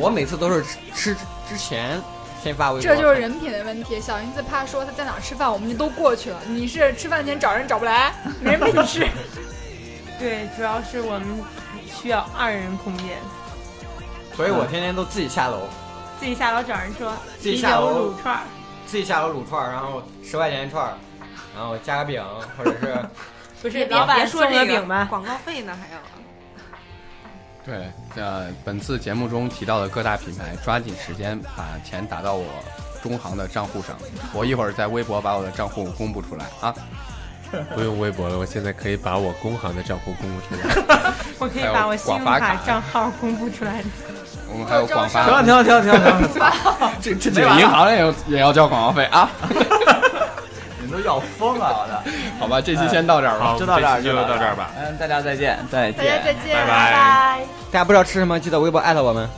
我每次都是吃吃之前先发微博，这就是人品的问题。小云子怕说他在哪儿吃饭，我们就都过去了。你是吃饭前找人找不来， 没人陪你吃。 对，主要是我们需要二人空间，所以我天天都自己下楼，自己下楼找人说自己啤酒下楼卤串儿。自己下楼卤串儿，然后十块钱一串儿，然后加个饼或者 是。不是别老别板说送这个个饼吧？广告费呢还要。对，呃，本次节目中提到的各大品牌，抓紧时间把钱打到我中行的账户上，我一会儿在微博把我的账户公布出来啊。不用微博了，我现在可以把我工行的账户公布出来。我可以还有把我信用广发卡卡账号公布出来。我们还有广停了发，停了停了停了停了，啊 这这几个银行也要也要交广告费 啊。你们都要疯了，我的。好吧，这期先到这儿吧好，就到这儿，这期就到这儿吧嗯，大家再见，再见，大家再见，拜拜大家不知道吃什么，记得微博艾特我们。